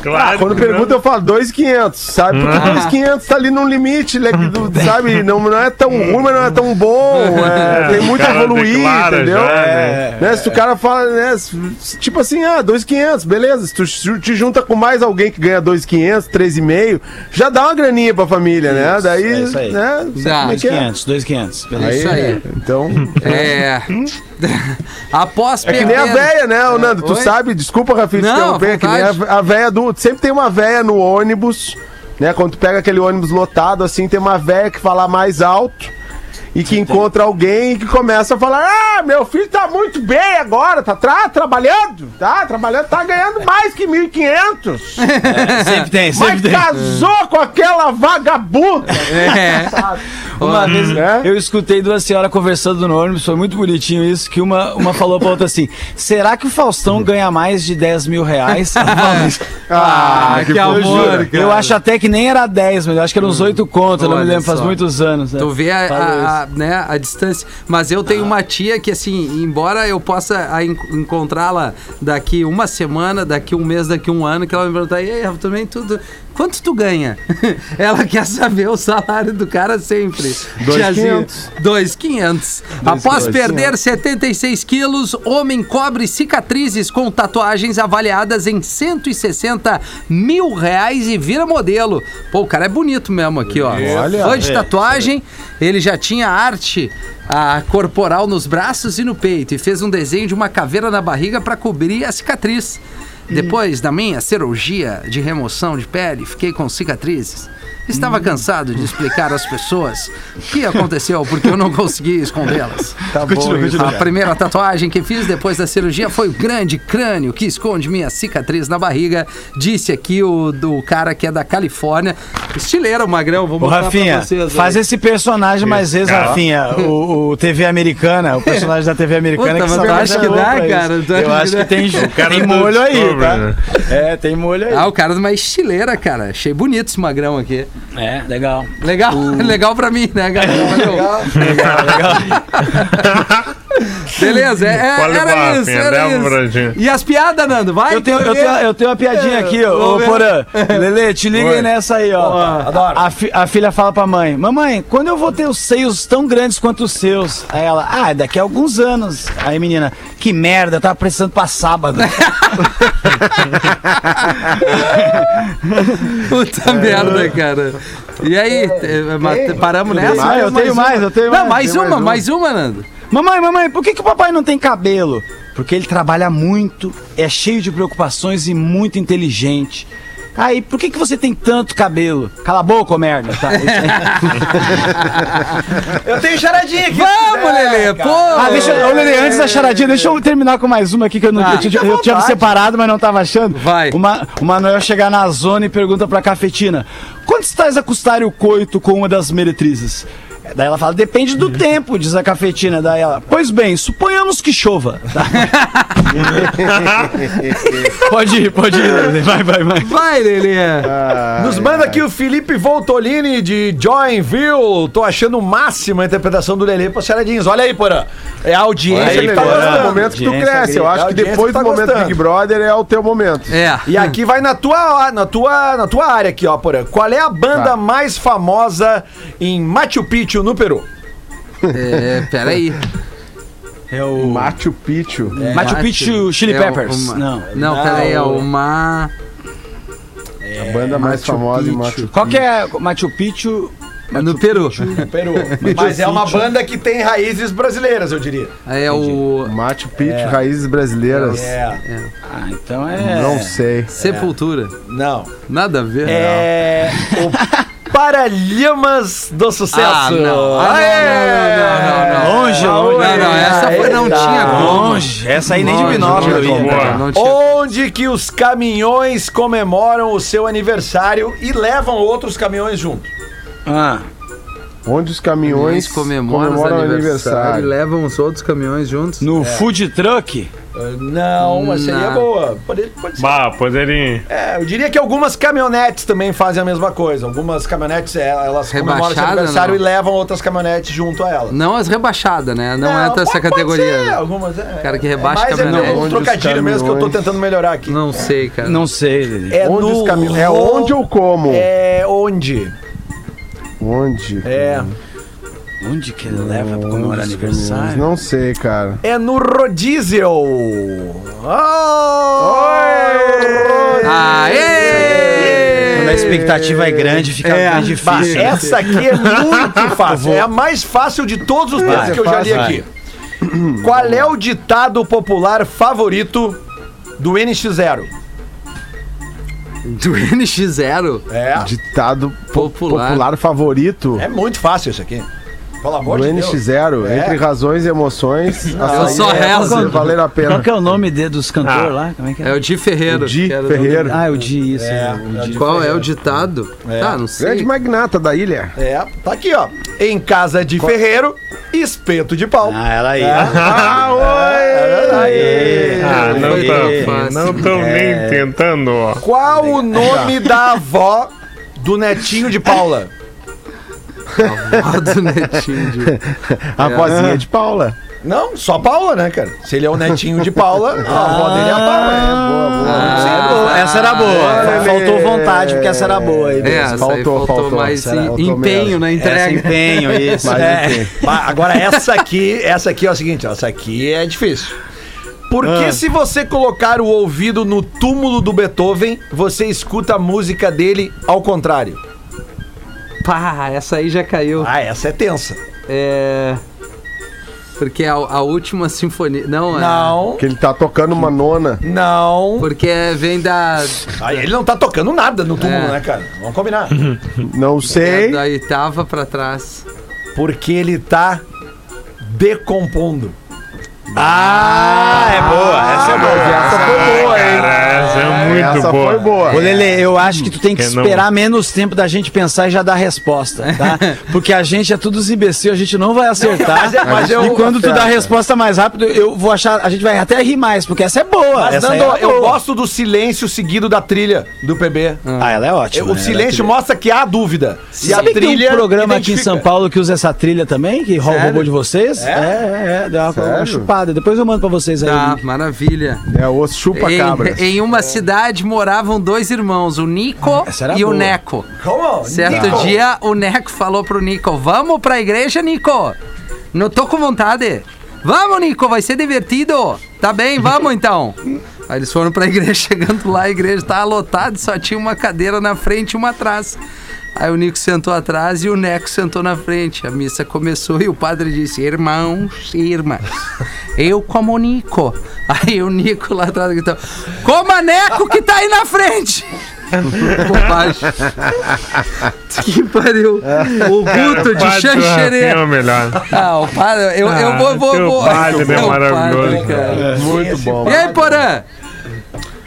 F: Claro.
B: Ah, Quando pergunta, eu falo 2,500, sabe? Porque 2,500 tá ali num limite, né, que tu- sabe? Não, não é tão ruim, mas não é tão bom. é, tem
F: o
B: muito a
F: cara
B: evoluir,
F: declara
B: entendeu?
F: já,
B: É,
F: né?
B: né, Se o cara fala, né? se- Tipo assim, ah, 2,500, beleza. Se tu ju- te junta com mais alguém que ganha 2,500, 3,5, já dá uma graninha pra família, né?
D: Isso,
B: Daí,
D: é isso aí.
B: né? sabe
C: Dá,
B: como é que é?
D: 2,500, 2,500. beleza.
C: Isso
B: Aí,
C: aí.
B: né, Então.
C: É. Após
B: É que nem a véia, né, ô, Nando? Tu
C: Oi?
B: sabe, desculpa, Rafinha, te
C: Não,
B: interromper,
C: à
B: é que nem
C: vontade.
B: a, a véia do. Sempre tem uma véia no ônibus, né? Quando tu pega aquele ônibus lotado, assim, tem uma véia que fala mais alto e que encontra alguém e que começa a falar: Ah, meu filho tá muito bem agora, tá tra- trabalhando, tá trabalhando, tá ganhando mais que 1.500.
D: Sempre tem, sempre
B: Mas
D: tem.
B: casou com aquela vagabunda.
C: É.
D: Uma vez
B: É?
D: eu escutei duas senhoras conversando no ônibus, foi muito bonitinho isso, que uma, uma falou pra outra assim: será que o Faustão ganha mais de 10 mil reais? Ela falou isso.
B: Hum. Ah,
C: que amor, cara.
D: eu acho até que nem era 10, mas eu acho que era
B: Hum.
D: uns 8 conto, eu não me
C: Olha
D: lembro, faz
C: só.
D: muitos anos. né?
C: Tu vê a,
D: Falou isso.
C: a- a- né, a distância. Mas eu
B: Ah.
C: tenho uma tia que, assim, embora eu possa a en- encontrá-la daqui uma semana, daqui um mês, daqui um ano, que ela me perguntar, e aí, Rafa, também tudo. Quanto tu ganha? ela quer saber o salário do cara sempre.
B: Dois
C: Tiazinha.
B: quinhentos.
C: 2,500. Após perder 76 quilos, homem cobre cicatrizes com tatuagens avaliadas em 160 mil reais e vira modelo. Pô, o cara é bonito mesmo aqui, ó.
B: Olha.
C: Fã de tatuagem, ele já tinha arte ah, corporal nos braços e no peito e fez um desenho de uma caveira na barriga para cobrir a cicatriz. Depois da minha cirurgia de remoção de pele, fiquei com cicatrizes. Estava cansado de explicar às pessoas o que aconteceu porque eu não conseguia escondê-las.
E: Tá bom. isso.
C: A primeira tatuagem que fiz depois da cirurgia foi o grande crânio que esconde minha cicatriz na barriga. Disse aqui o do cara que é da Califórnia. Estileira, o Magrão, vou
D: Ô,
C: mostrar
D: Rafinha,
C: pra vocês. é. aí.
D: faz esse personagem mais vezes,
F: Cara.
D: Rafinha. O, o TV americana, o personagem da TV americana
C: Puta, mas
D: só
C: tu
D: dá
C: acha que
D: valor
C: dá,
D: pra
C: cara?
D: isso.
C: Tu acha
D: Eu
C: que
D: acho
C: dá?
D: que tem, ju-
F: cara
D: tem
F: do
D: molho aí,
F: Discovery,
D: tá?
F: né?
D: É, tem molho aí.
C: Ah, o cara de uma estileira, cara. Achei bonito esse Magrão aqui.
G: É, legal.
C: Legal, legal pra mim, né, galera? Valeu. Beleza, é, é-
F: Olha o
C: era
F: Rafinha,
C: isso,
F: dá
C: era
F: um
C: isso.
F: brandinho.
C: E as piadas, Nando, vai?
D: Eu tenho, eu, tenho, eu tenho uma piadinha aqui, ó. Ô, Porã. Lele, te liga aí nessa aí, ó.
E: Adoro.
D: A, fi- a filha fala pra mãe: Mamãe, quando eu vou ter os seios tão grandes quanto os seus? Aí ela: Ah, daqui a alguns anos. Aí, menina, que merda, eu tava precisando pra sábado.
C: Puta merda, cara. E aí, te- ma- te- paramos nessa?
D: Ah, eu tenho É, mais, eu tenho
C: Não,
D: mais.
C: mais uma, mais uma, Nando.
D: Mamãe, mamãe, por que, que o papai não tem cabelo? Porque ele trabalha muito, é cheio de preocupações e muito inteligente. Aí, por que, que você tem tanto cabelo? Cala a boca, ô merda. Tá, isso aí.
E: Eu tenho charadinha aqui.
C: Vamos, Lelê, pô!
D: Ah, deixa eu. Ô, Lele, antes da charadinha, deixa eu terminar com mais uma aqui que eu não
C: Ah,
D: eu tinha- eu, tinha me separado, mas não tava achando.
C: Vai.
D: Uma, o Manuel chegar na zona e pergunta pra cafetina: quanto estás a custar o coito com uma das meretrizes? Daí ela fala, depende do tempo, diz a cafetina. Daí ela, pois bem, suponhamos que chova. Tá? pode ir, pode ir, Lele. vai, vai, vai.
C: Vai, Lelê.
E: Ah, Nos manda aqui o Felipe Voltolini de Joinville. Tô achando o máximo a interpretação do Lelê para charadinhas. Olha aí, Porã. É a audiência
B: Mas
E: aí,
B: ele tá
E: Porã.
B: gostando, é o momento que tu
D: Audiência
B: cresce. Eu
E: grita,
B: acho que
E: audiência
B: depois
E: tá
B: do momento
E: gostando.
B: Big Brother é o teu momento.
C: É.
E: E aqui vai na tua, na tua, na tua área aqui, ó, Porã. Qual é a banda mais famosa em Machu Picchu, no Peru?
C: É, peraí.
B: Machu Picchu.
D: Machu Picchu, Chili
C: É
D: Peppers.
C: uma-
D: Não.
C: Não, peraí, é uma.
B: A banda mais famosa em Machu
D: Qual que é Machu Picchu?
C: no Peru.
E: Peru. Mas é uma banda que tem raízes brasileiras, eu diria.
C: É o.
B: Machu Picchu, raízes brasileiras.
E: É.
D: Ah, então é.
B: Não sei.
C: Sepultura.
E: Não.
C: Nada a ver.
E: É o Paralhamas do Sucesso.
C: Ah, não. Ah, não, não, não, não, não.
D: Longe,
C: Não,
D: longe.
C: não, essa foi, não
E: Eita.
C: tinha como.
D: Longe. Ah, Essa aí nem de
C: Longe,
D: binóculo
C: não
D: eu
C: tinha
D: ia.
F: Boa.
C: como, cara, não tinha
E: Onde que os caminhões comemoram o seu aniversário e levam outros caminhões junto?
D: Ah,
B: Onde os caminhões comemoram,
C: os
B: o
C: aniversários e
B: aniversário.
C: levam os outros caminhões juntos.
D: no food truck?
E: Uh,
C: Hum,
E: Não, mas seria
C: Não.
E: boa. Pode, pode ser.
F: Bah, poderia.
E: É, eu diria que algumas caminhonetes também fazem a mesma coisa. Algumas caminhonetes, é, elas comemoram seu
C: Rebaixada,
E: aniversário
C: não?
E: e levam outras caminhonetes junto a elas.
C: Não as rebaixadas, né? Não, entra essa
E: pode-
C: categoria.
E: pode ser,
C: né?
E: algumas, é,
C: Cara que rebaixa
E: mas é
C: caminhonete.
E: um
B: Onde os
E: trocadilho mesmo que eu tô
B: caminhões-
E: tentando melhorar aqui.
C: Não sei, cara.
D: Não sei, Lili.
E: É
B: Onde os caminhões. É
E: ro-
B: onde eu como.
E: É onde?
B: Onde?
E: É.
B: Uhum.
D: Onde que ele leva pra
B: Onde os
D: comemorar
B: caminhões?
D: aniversário?
B: Não sei, cara.
E: É no rodízio. Oh! Oi!
C: Aê!
D: Quando a expectativa é grande, fica
C: É.
D: mais
E: Bah,
D: difícil. né?
E: essa aqui é muito fácil. É a mais fácil de todos os textos que eu já li aqui. Qual é o ditado popular favorito do NX0?
C: Do NX0?
E: É.
B: Ditado po-
C: Popular.
B: popular, favorito
E: É muito fácil isso aqui. Pelo amor
B: do
E: de Deus.
B: NX0.
E: É.
B: Entre razões e emoções, a
C: eu só rezo.
B: fazer valer a pena.
D: Qual que é o nome de, dos cantores
F: Ah.
D: lá? Como é que é?
C: É o Di Ferreiro.
B: O Di
C: que era do-
B: Ferreiro.
D: Ah, é o de isso.
E: É,
D: é o de-
C: Qual é o ditado? Tá, não sei.
B: Grande magnata da ilha.
E: É, tá aqui, ó. Em casa de ferreiro, espeto de pau.
D: Ah, ela aí.
B: Ah, oi!
F: Ah, não
C: Foi tão
F: tô,
C: fácil.
F: não tô nem tentando, ó.
E: Qual o nome da avó do netinho de Paula?
C: Ah, do Netinho. de-
B: A vozinha de Paula.
E: Não, só Paula, né, cara? Se ele é o netinho de Paula, a avó dele é a Paula. É
B: boa,
E: Ah.
B: boa.
D: Essa era boa, essa era boa.
B: Lele.
D: Faltou vontade, porque essa era boa aí.
C: É, essa
D: mesmo.
C: aí
B: Faltou,
C: faltou,
B: faltou.
C: mais
B: Será?
C: em-
B: Faltou
C: empenho
B: mesmo.
C: na
D: Essa
C: entrega.
D: empenho, isso.
B: Mas
D: é.
B: enfim.
E: Bah, Agora essa aqui, essa aqui é o seguinte, ó, essa aqui é difícil. Porque se você colocar o ouvido no túmulo do Beethoven, você escuta a música dele ao contrário.
C: Pá, essa aí já caiu.
E: Ah, essa é tensa.
C: É. Porque a, a última sinfonia. Não, é-
E: Não,
B: Que ele tá tocando uma nona.
E: não.
C: Porque vem da,
E: Aí ele não tá tocando nada no túmulo,
C: É.
E: né, cara? Vamos combinar.
B: Não sei.
C: da oitava pra trás.
E: Porque ele tá decompondo. Ah, é boa. Essa é boa. Essa foi boa, hein?
F: Cara, essa é muito
B: Ah, Essa
F: boa.
B: foi boa.
D: Ô, Lele, É. eu acho que tu tem que
F: É, não.
D: esperar menos tempo da gente pensar e já dar resposta, tá? Porque a gente é tudo os imbecil, a gente não vai acertar.
E: Mas é- mas
D: e
E: eu-
D: quando tu dá a resposta mais rápido, eu vou achar. A gente vai até rir mais, porque essa é boa.
E: Mas,
D: essa
E: Nando,
D: é a
E: eu
D: boa.
E: gosto do silêncio seguido da trilha do PB.
D: Ah, ela é
E: Eu-
D: ótima.
E: o
D: ela é
E: silêncio
D: trilha.
E: mostra que há dúvida.
D: Você sabe que tem um programa aqui em
E: identifica.
D: São Paulo que usa essa trilha também, que rou-
C: Sério?
D: roubou de vocês? É, é, é. Deu uma, uma chupada. Depois eu mando pra vocês aí.
C: Tá,
D: o link.
C: maravilha.
B: É o chupa cabra.
C: Em, em uma cidade moravam dois irmãos, o Nico
D: Essa era
C: e o
D: boa.
C: Neco.
E: Como?
C: Certo
E: Nico.
C: dia, o Neco falou pro Nico: Vamos pra igreja, Nico? Não tô com vontade. Vamos, Nico, vai ser divertido. Tá bem, vamos então. Aí eles foram pra igreja, chegando lá, a igreja tava lotada, só tinha uma cadeira na frente e uma atrás. Aí o Nico sentou atrás e o Neco sentou na frente. A missa começou e o padre disse: Irmãos e irmãs, eu como o Nico. Aí o Nico lá atrás gritou: Coma Neco que tá aí na frente! Bobagem. Que pariu. O Guto de
F: É
C: Xanxerê.
F: o melhor.
C: Ah, o padre. Eu, eu
F: Ah,
C: vou, vou,
F: teu
C: vou.
F: padre é
C: o padre, né,
F: maravilhoso,
C: cara.
B: Muito bom.
C: E aí, Porã?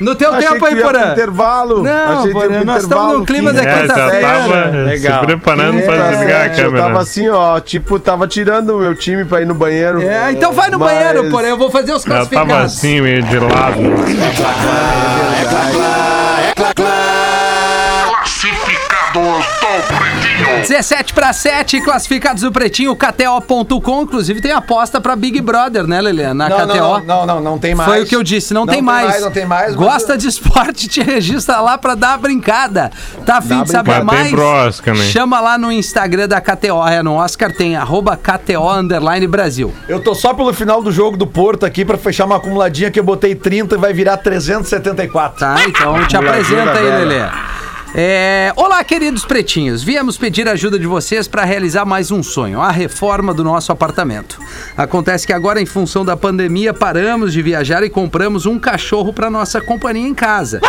C: No teu tempo aí, Porã.
B: intervalo.
C: Não,
B: Achei que ia
C: Porã,
B: pro
C: nós estamos
B: intervalo,
C: no clima
B: Kim.
C: da
F: É, já
C: quinta-feira.
F: tava se preparando pra
B: né? Tá
F: desligar a
B: certo,
F: câmera. né?
B: Eu tava assim, ó, tipo, tava tirando o meu time pra ir no banheiro.
C: É, então vai no
B: Mas-
C: banheiro, Porã. Eu vou fazer os
F: Já tava
C: classificados.
F: assim, meio de lado.
G: Classificados do Pretinho.
C: 17 para 7, classificados do Pretinho, KTO.com. Inclusive tem aposta pra Big Brother, né, Lelê? Na
E: Não,
C: KTO.
E: não, não, não, não tem mais.
C: Foi o que eu disse, não, tem, mais.
E: Não tem mais. mas-
C: Gosta de esporte, te registra lá pra dar a brincada. Tá afim de saber
F: brincada. Mas
C: mais?
F: tem pro Oscar, né?
C: Chama lá no Instagram da KTO, é no Oscar, tem arroba KTO underline Brasil.
E: Eu tô só pelo final do jogo do Porto aqui pra fechar uma acumuladinha que eu botei 30 e vai virar 374.
C: Tá, então te apresenta
E: tá
C: aí, Lelê. É, Olá, queridos pretinhos. Viemos pedir a ajuda de vocês para realizar mais um sonho, a reforma do nosso apartamento. Acontece que agora, em função da pandemia, paramos de viajar e compramos um cachorro para nossa companhia em casa.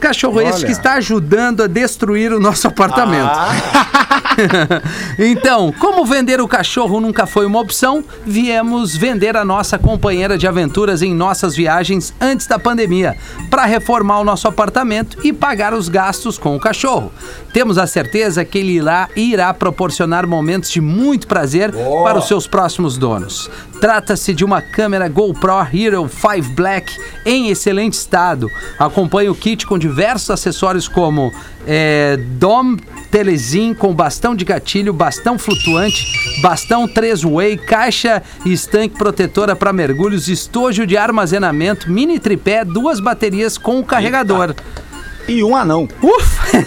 C: Cachorro esse que está ajudando a destruir o nosso apartamento. então, como vender o cachorro nunca foi uma opção, viemos vender a nossa companheira de aventuras em nossas viagens antes da pandemia, para reformar o nosso apartamento e pagar os gastos com o cachorro. Temos a certeza que ele irá, irá proporcionar momentos de muito prazer para os seus próximos donos. Trata-se de uma câmera GoPro Hero 5 Black em excelente estado. Acompanhe o kit com diversos acessórios como eh, Dom Telezin com bastão de gatilho, bastão flutuante, bastão 3-way, caixa e estanque protetora para mergulhos, estojo de armazenamento, mini tripé, duas baterias com o carregador.
D: E um anão.
C: Ufa!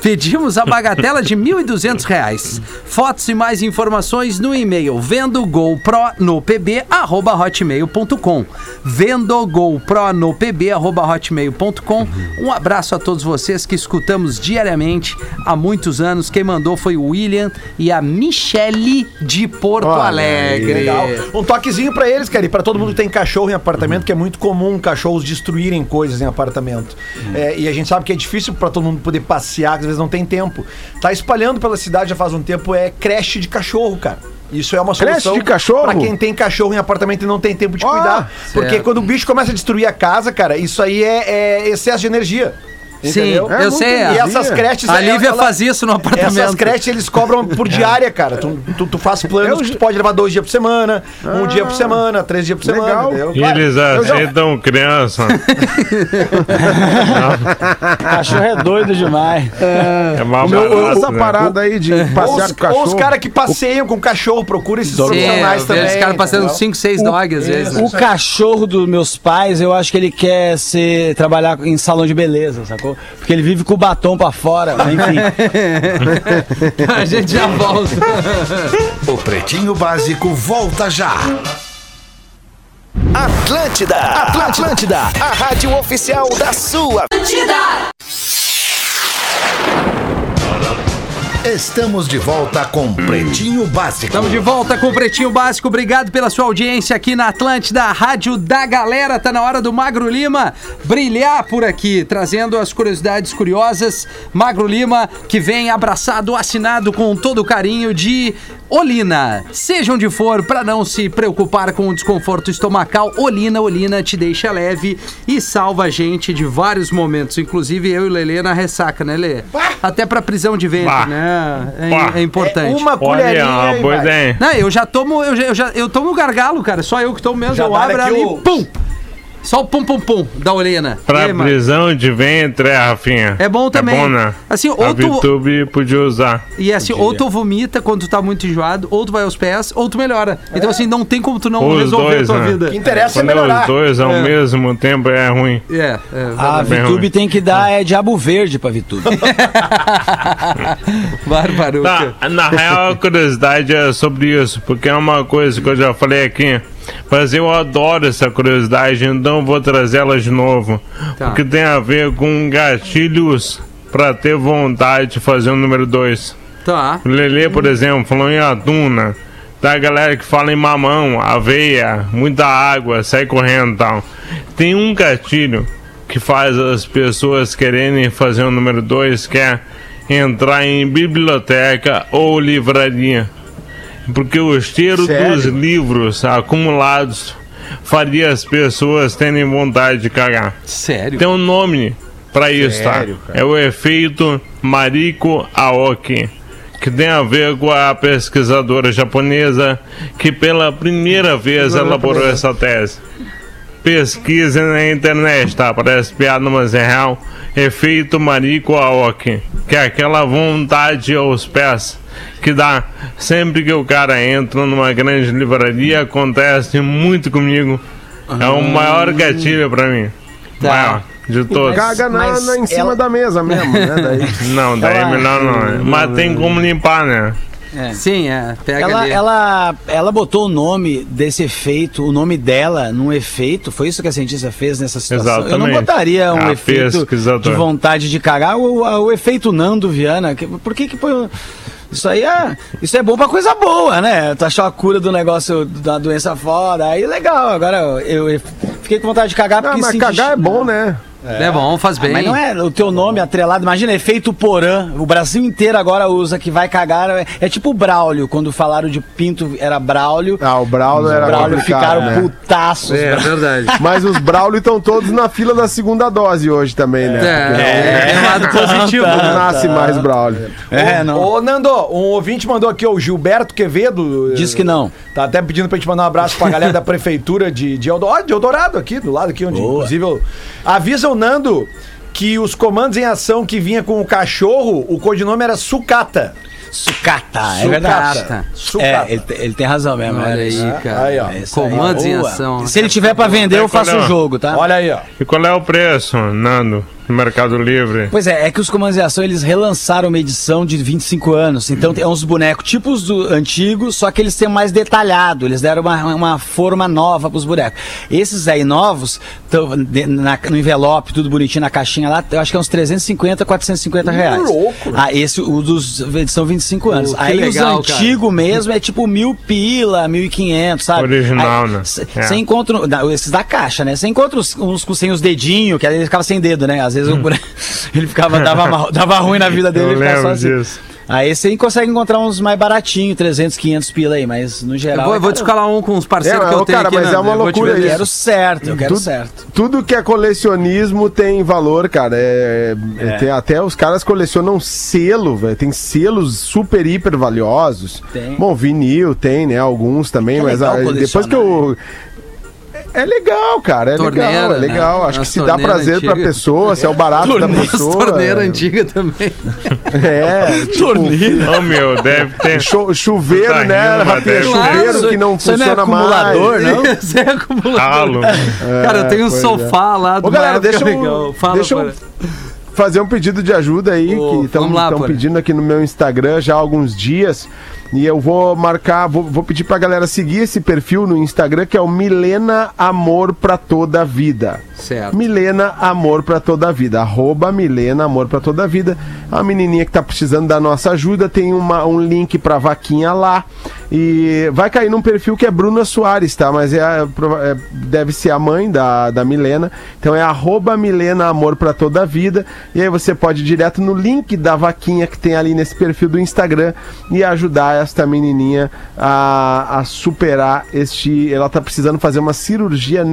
C: Pedimos a bagatela de R$ 1.200. reais. Fotos e mais informações no e-mail vendo GoPro no pb arroba hotmail.com. Vendo GoPro no pb arroba hotmail.com. Um abraço a todos vocês que escutamos diariamente há muitos anos. Quem mandou foi o William e a Michele de Porto
B: Olha aí,
C: Alegre.
E: Legal. Um toquezinho pra eles, cara, e pra todo mundo que tem cachorro em apartamento, que é muito comum cachorros destruírem coisas em apartamento. É, e a gente sabe que é difícil pra todo mundo poder passear, que às vezes não tem tempo. Tá espalhando pela cidade já faz um tempo é creche de cachorro, cara. Isso é uma
B: Creche
E: solução
B: de cachorro?
E: pra quem tem cachorro em apartamento e não tem tempo de
B: Ah,
E: cuidar. Porque
C: certo.
E: quando o bicho começa a destruir a casa, cara, isso aí é, é excesso de energia.
C: Sim,
E: Entendeu?
B: É,
C: eu
B: não
C: sei.
B: tem-
E: E
C: a-
E: essas creches...
C: A Lívia
E: ela-
C: faz isso no
B: Tá
C: apartamento.
E: essas creches eles cobram
B: É.
E: por diária, cara. Tu, tu, tu faz planos que tu pode levar dois dias por semana, um dia por semana, três dias por semana.
B: Ah. Legal.
E: entendeu?
F: E eles aceitam criança.
D: Cachorro é doido demais.
F: É mal
B: Meu,
F: barato,
B: essa
F: né?
B: parada aí de
C: É.
E: Ou
B: passear
E: os,
B: com cachorro.
E: ou os caras que passeiam com cachorro, procura esses
C: Sim,
E: profissionais
C: eu vejo
E: também.
C: Os caras passando
E: entendeu?
C: 5, 6 dogs às vezes. né?
D: O cachorro dos meus pais, eu acho que ele quer ser, trabalhar em salão de beleza, sacou? Porque ele vive com o batom pra fora, mas enfim.
C: A gente já volta.
A: O Pretinho Básico volta já. Atlântida, Atlântida, a rádio oficial da sua
H: Estamos de volta com Pretinho Básico.
C: Estamos de volta com o Pretinho Básico. Obrigado pela sua audiência aqui na Atlântida, a Rádio da Galera. Tá na hora do Magro Lima brilhar por aqui, trazendo as curiosidades curiosas. Magro Lima, que vem abraçado, assinado com todo o carinho de Olina. Seja onde for, para não se preocupar com o desconforto estomacal, Olina, Olina te deixa leve e salva a gente de vários momentos. Inclusive eu e Lelê na ressaca, né, Lelê? Até pra prisão de ventre,
F: Bah.
C: né? É-
F: Bah.
C: É, importante.
E: Uma
F: Olha, é.
E: colherinha.
F: uma
E: e
F: boa
E: vai.
F: ideia.
C: Não, eu já tomo, eu já, eu já- eu tomo gargalo, cara. Só eu que tomo mesmo.
E: Já
C: eu
E: dá
C: abro
E: daqui
C: ali,
E: o-
C: pum! Só o pum pum pum um da olena. E aí,
F: Pra
C: né? mano?
F: prisão de ventre, é, Rafinha.
C: É bom também.
F: É bom, né?
C: Assim, ou
F: A
C: tu-
F: VTube podia usar.
C: E assim, ou tu vomita quando tu tá muito enjoado, ou tu vai aos pés, ou tu melhora. Então assim, não tem como tu não
F: Os
C: resolver
F: dois,
C: a tua
F: né?
E: O que
C: vida.
E: interessa é
F: Quando é os
E: melhorar.
F: dois ao
C: É.
F: mesmo tempo é ruim.
C: É, é.
D: A
F: Bem
D: VTube
F: ruim.
D: tem que dar é diabo verde pra VTube.
C: Barbaruca.
F: Tá, na real, a curiosidade é sobre isso, porque é uma coisa que eu já falei aqui. Mas eu adoro essa curiosidade, então eu vou trazer ela de novo.
C: Tá.
F: Porque tem a ver com gatilhos pra ter vontade de fazer o número 2.
C: Tá.
F: O Lelê, por exemplo, falou em aduna. Da galera que fala em mamão, aveia, muita água, sai correndo e tal. Tem um gatilho que faz as pessoas quererem fazer o número 2, que é entrar em biblioteca ou livraria. Porque o cheiro dos livros acumulados faria as pessoas terem vontade de cagar.
C: Sério.
F: Tem um nome pra isso,
B: Sério,
F: tá? É o efeito Mariko Aoki, que tem a ver com a pesquisadora japonesa que pela primeira vez elaborou essa tese. Pesquise na internet, tá? Parece piada, mas é real. Efeito Mariko Aoki, que é aquela vontade aos pés que dá sempre que o cara entra numa grande livraria, acontece muito comigo. É o
D: Ah.
F: maior gatilho pra mim.
C: Tá.
F: Maior de todos.
B: Caga na,
E: Mas
B: na- em cima
E: ela-
B: da mesa mesmo, né? Daí.
F: Não, daí
D: Ela-
F: melhor não. Mas tem como limpar, né?
C: Sim, é. Pega
D: Ela,
C: ali.
D: ela, ela botou o nome desse efeito, o nome dela num efeito. Foi isso que a cientista fez nessa situação. Eu não
F: Exatamente.
D: botaria um
F: A
D: efeito de
F: pesquisadora.
D: vontade de cagar. O, o- o efeito Nando Viana. que- por que que põe. o- Isso aí é, isso é bom pra coisa boa, né? Tu achou a cura do negócio da doença foda, aí legal. Agora eu, eu fiquei com vontade de cagar
B: Ah,
D: porque
B: mas
D: senti-
B: cagar é bom, né?
C: É bom, faz bem.
D: mas não é o teu nome atrelado. Imagina, efeito Porã. O Brasil inteiro agora usa que vai cagar. É, é tipo o Braulio. Quando falaram de Pinto, era Braulio.
B: Ah, o Braulio
D: Os
B: era
D: Braulio
B: complicado,
D: ficaram
B: né?
D: putaços.
C: É, é verdade.
B: Mas os Braulio estão todos na fila da segunda dose hoje também,
C: É,
B: né? Porque
C: é, é Tá. um lado positivo. né?
B: Não nasce mais Braulio.
D: É, não.
E: Ô, Nando, um ouvinte mandou aqui, ó, o Gilberto Quevedo.
D: Diz que não.
E: Tá até pedindo pra gente mandar um abraço pra galera da prefeitura de, de, Eldo- ó, de Eldorado, aqui, do lado aqui, onde inclusive eu... Avisa o Nando que os comandos em ação que vinha com o cachorro, o codinome era Sucata.
D: Sucata. É
C: Sucata.
D: verdade.
E: Sucata.
D: É, ele, te- ele tem razão mesmo.
C: Olha
D: era
C: aí,
D: isso.
C: cara.
E: Aí, ó.
D: É isso aí.
C: Comandos em
D: Boa.
C: ação. né,
D: Se ele tiver pra vender, eu faço o
F: Olha.
D: jogo, tá?
E: Olha aí, ó.
F: E qual é o preço, Nando, no Mercado Livre?
D: Pois é, é que os comandos de ação eles relançaram uma edição de 25 anos. Então é uns bonecos tipos do antigo, só que eles têm mais detalhado. Eles deram uma, uma forma nova pros bonecos. Esses aí novos, tão de- na- no envelope, tudo bonitinho na caixinha lá, eu acho que é uns 350, 450 reais.
E: louco.
D: Ah, esse, o dos edição 25 anos.
C: que
D: aí
C: legal,
D: os
C: cara.
D: antigos mesmo é tipo mil pila, 1.500, sabe?
F: Original, né?
D: Você
F: É.
D: encontra. não, Esses da caixa, né? Você encontra uns, uns com- sem os dedinhos, que aí ele ficava sem dedo, né? Às vezes o boneco- ele ficava. Dava, mal- dava ruim na vida dele,
F: Hum. Eu
D: ele ficava só
F: lembro
D: assim.
F: disso.
D: Aí você consegue encontrar uns mais baratinhos, 300, 500 pila aí, mas no
C: Eu
D: geral. é
C: vou, eu vou te escalar um com os parceiros
B: É,
C: que eu
B: ô,
C: tenho
B: cara,
C: aqui.
B: mas é
C: Nando.
B: uma
C: Eu vou te
B: loucura
D: Eu
C: vender.
B: isso.
D: quero certo, eu quero
B: Tudo-
D: certo.
B: Tudo que é colecionismo tem valor, cara. É, é, tem até os caras colecionam selo, velho. Tem selos super, hiper valiosos.
D: Tem.
B: Bom, vinil tem, né? Alguns também,
D: É
B: mas
D: legal
B: ah, depois
D: colecionar,
B: que eu. É legal, cara. É
C: né? Torneira,
B: legal, é
C: né?
B: legal. Acho
C: As
B: que se dá
C: torneiras
B: prazer pra
C: antigas.
B: pessoa, se é o barato da
C: Torneira,
B: pessoa.
C: torneira antiga também.
B: É, tipo,
F: Ô meu, deve ter.
B: chu- chuveiro,
F: Tá
B: né?
F: rindo, mas
B: Rafinha?
F: deve-
B: chuveiro
D: Claro,
B: que não
D: isso aí não é
B: funciona
D: acumulador,
B: mais.
D: Não?
C: Isso é acumulador.
F: Talo.
C: Cara, eu tenho um
B: pois é.
C: sofá lá do é
B: Ô, galera, deixa um- eu-
C: Fala,
B: deixa eu-
C: para.
B: fazer um pedido de ajuda aí,
C: Ô,
B: que estão
C: vamos lá, Porã.
B: pedindo aqui no meu Instagram já há alguns dias. E eu vou marcar, vou, vou pedir pra galera seguir esse perfil no Instagram, que é o Milena Amor pra Toda a Vida.
C: Certo.
B: Milena Amor pra Toda a Vida. Arroba Milena Amor pra Toda a Vida. A menininha que tá precisando da nossa ajuda tem uma- um link pra vaquinha lá. E vai cair num perfil que é Bruna Soares, tá? Mas é, a- prova- é- deve ser a mãe da, da Milena. Então é arroba Milena Amor pra Toda a Vida. E aí você pode ir direto no link da vaquinha que tem ali nesse perfil do Instagram e ajudar esta menininha a, a superar este. Ela tá precisando fazer uma cirurgia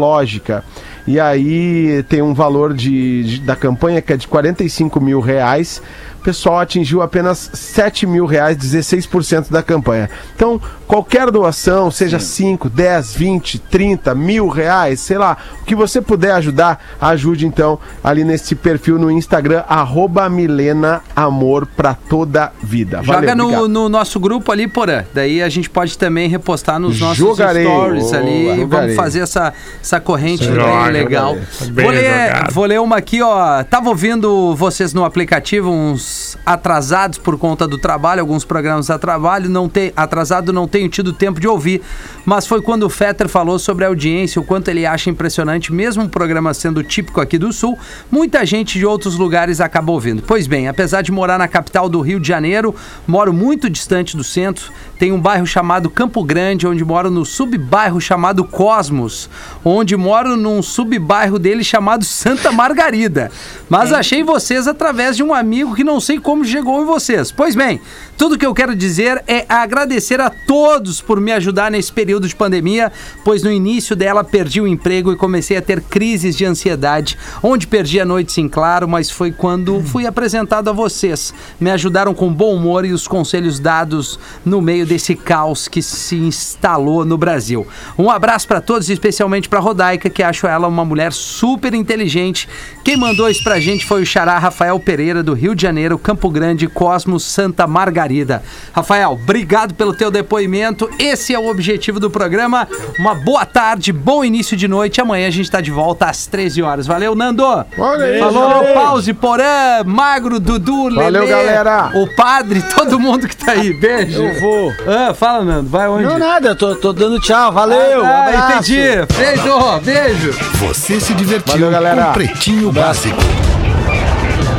B: neurológica. E aí tem um valor de, de- da campanha que é de 45 mil reais. O pessoal atingiu apenas 7 mil reais, 16% da campanha. Então, qualquer doação, seja 5, 10, 20, 30 mil reais, sei lá, o que você puder ajudar, ajude então ali nesse perfil no Instagram, arroba Milena Amor pra toda vida.
C: Joga
B: Valeu,
C: no,
B: obrigado.
C: no nosso grupo ali, Porã. Daí a gente pode também repostar nos nossos
B: Jogarei.
C: stories
B: Boa,
C: ali. Vamos
B: jogarei.
C: fazer essa, essa corrente
F: Sim.
C: bem
F: Joga,
C: legal.
F: jogarei. Bem
C: Vou ler,
F: jogado.
C: vou ler uma aqui, ó. Tava ouvindo vocês no aplicativo, uns atrasados por conta do trabalho, alguns programas a trabalho. Não tem, atrasado não tenho tido tempo de ouvir. Mas foi quando o Fetter falou sobre a audiência, o quanto ele acha impressionante, mesmo o programa sendo típico aqui do Sul, muita gente de outros lugares acaba ouvindo. Pois bem, apesar de morar na capital do Rio de Janeiro, moro muito distante do centro. Tem um bairro chamado Campo Grande, onde moro no subbairro chamado Cosmos, onde moro num subbairro dele chamado Santa Margarida. Mas achei vocês através de um amigo que não sei como chegou em vocês. Pois bem, tudo que eu quero dizer é agradecer a todos por me ajudar nesse período de pandemia, pois no início dela perdi o emprego e comecei a ter crises de ansiedade, onde perdi a noite sem claro, mas foi quando fui apresentado a vocês. Me ajudaram com bom humor e os conselhos dados no meio desse caos que se instalou no Brasil. Um abraço para todos, especialmente para Rodaica, que acho ela uma mulher super inteligente. Quem mandou isso pra gente foi o xará Rafael Pereira do Rio de Janeiro, Campo Grande, Cosmos, Santa Margarida. Rafael, obrigado pelo teu depoimento. Esse é o objetivo do programa. Uma boa tarde, bom início de noite. Amanhã a gente tá de volta às 13 horas. Valeu, Nando.
B: aí,
C: Falou,
B: valeu.
C: Pause, Porã, Magro, Dudu, Lelê.
B: Valeu, galera.
C: O padre, todo mundo que tá aí. Beijo.
D: Eu vou.
C: Ah, fala, Nando. Vai onde?
D: Não, nada, eu tô, tô dando tchau, valeu,
C: Ah,
D: abraço.
C: entendi. Beijo, beijo.
H: Você se divertiu
B: Valeu, galera.
H: com Pretinho Básico.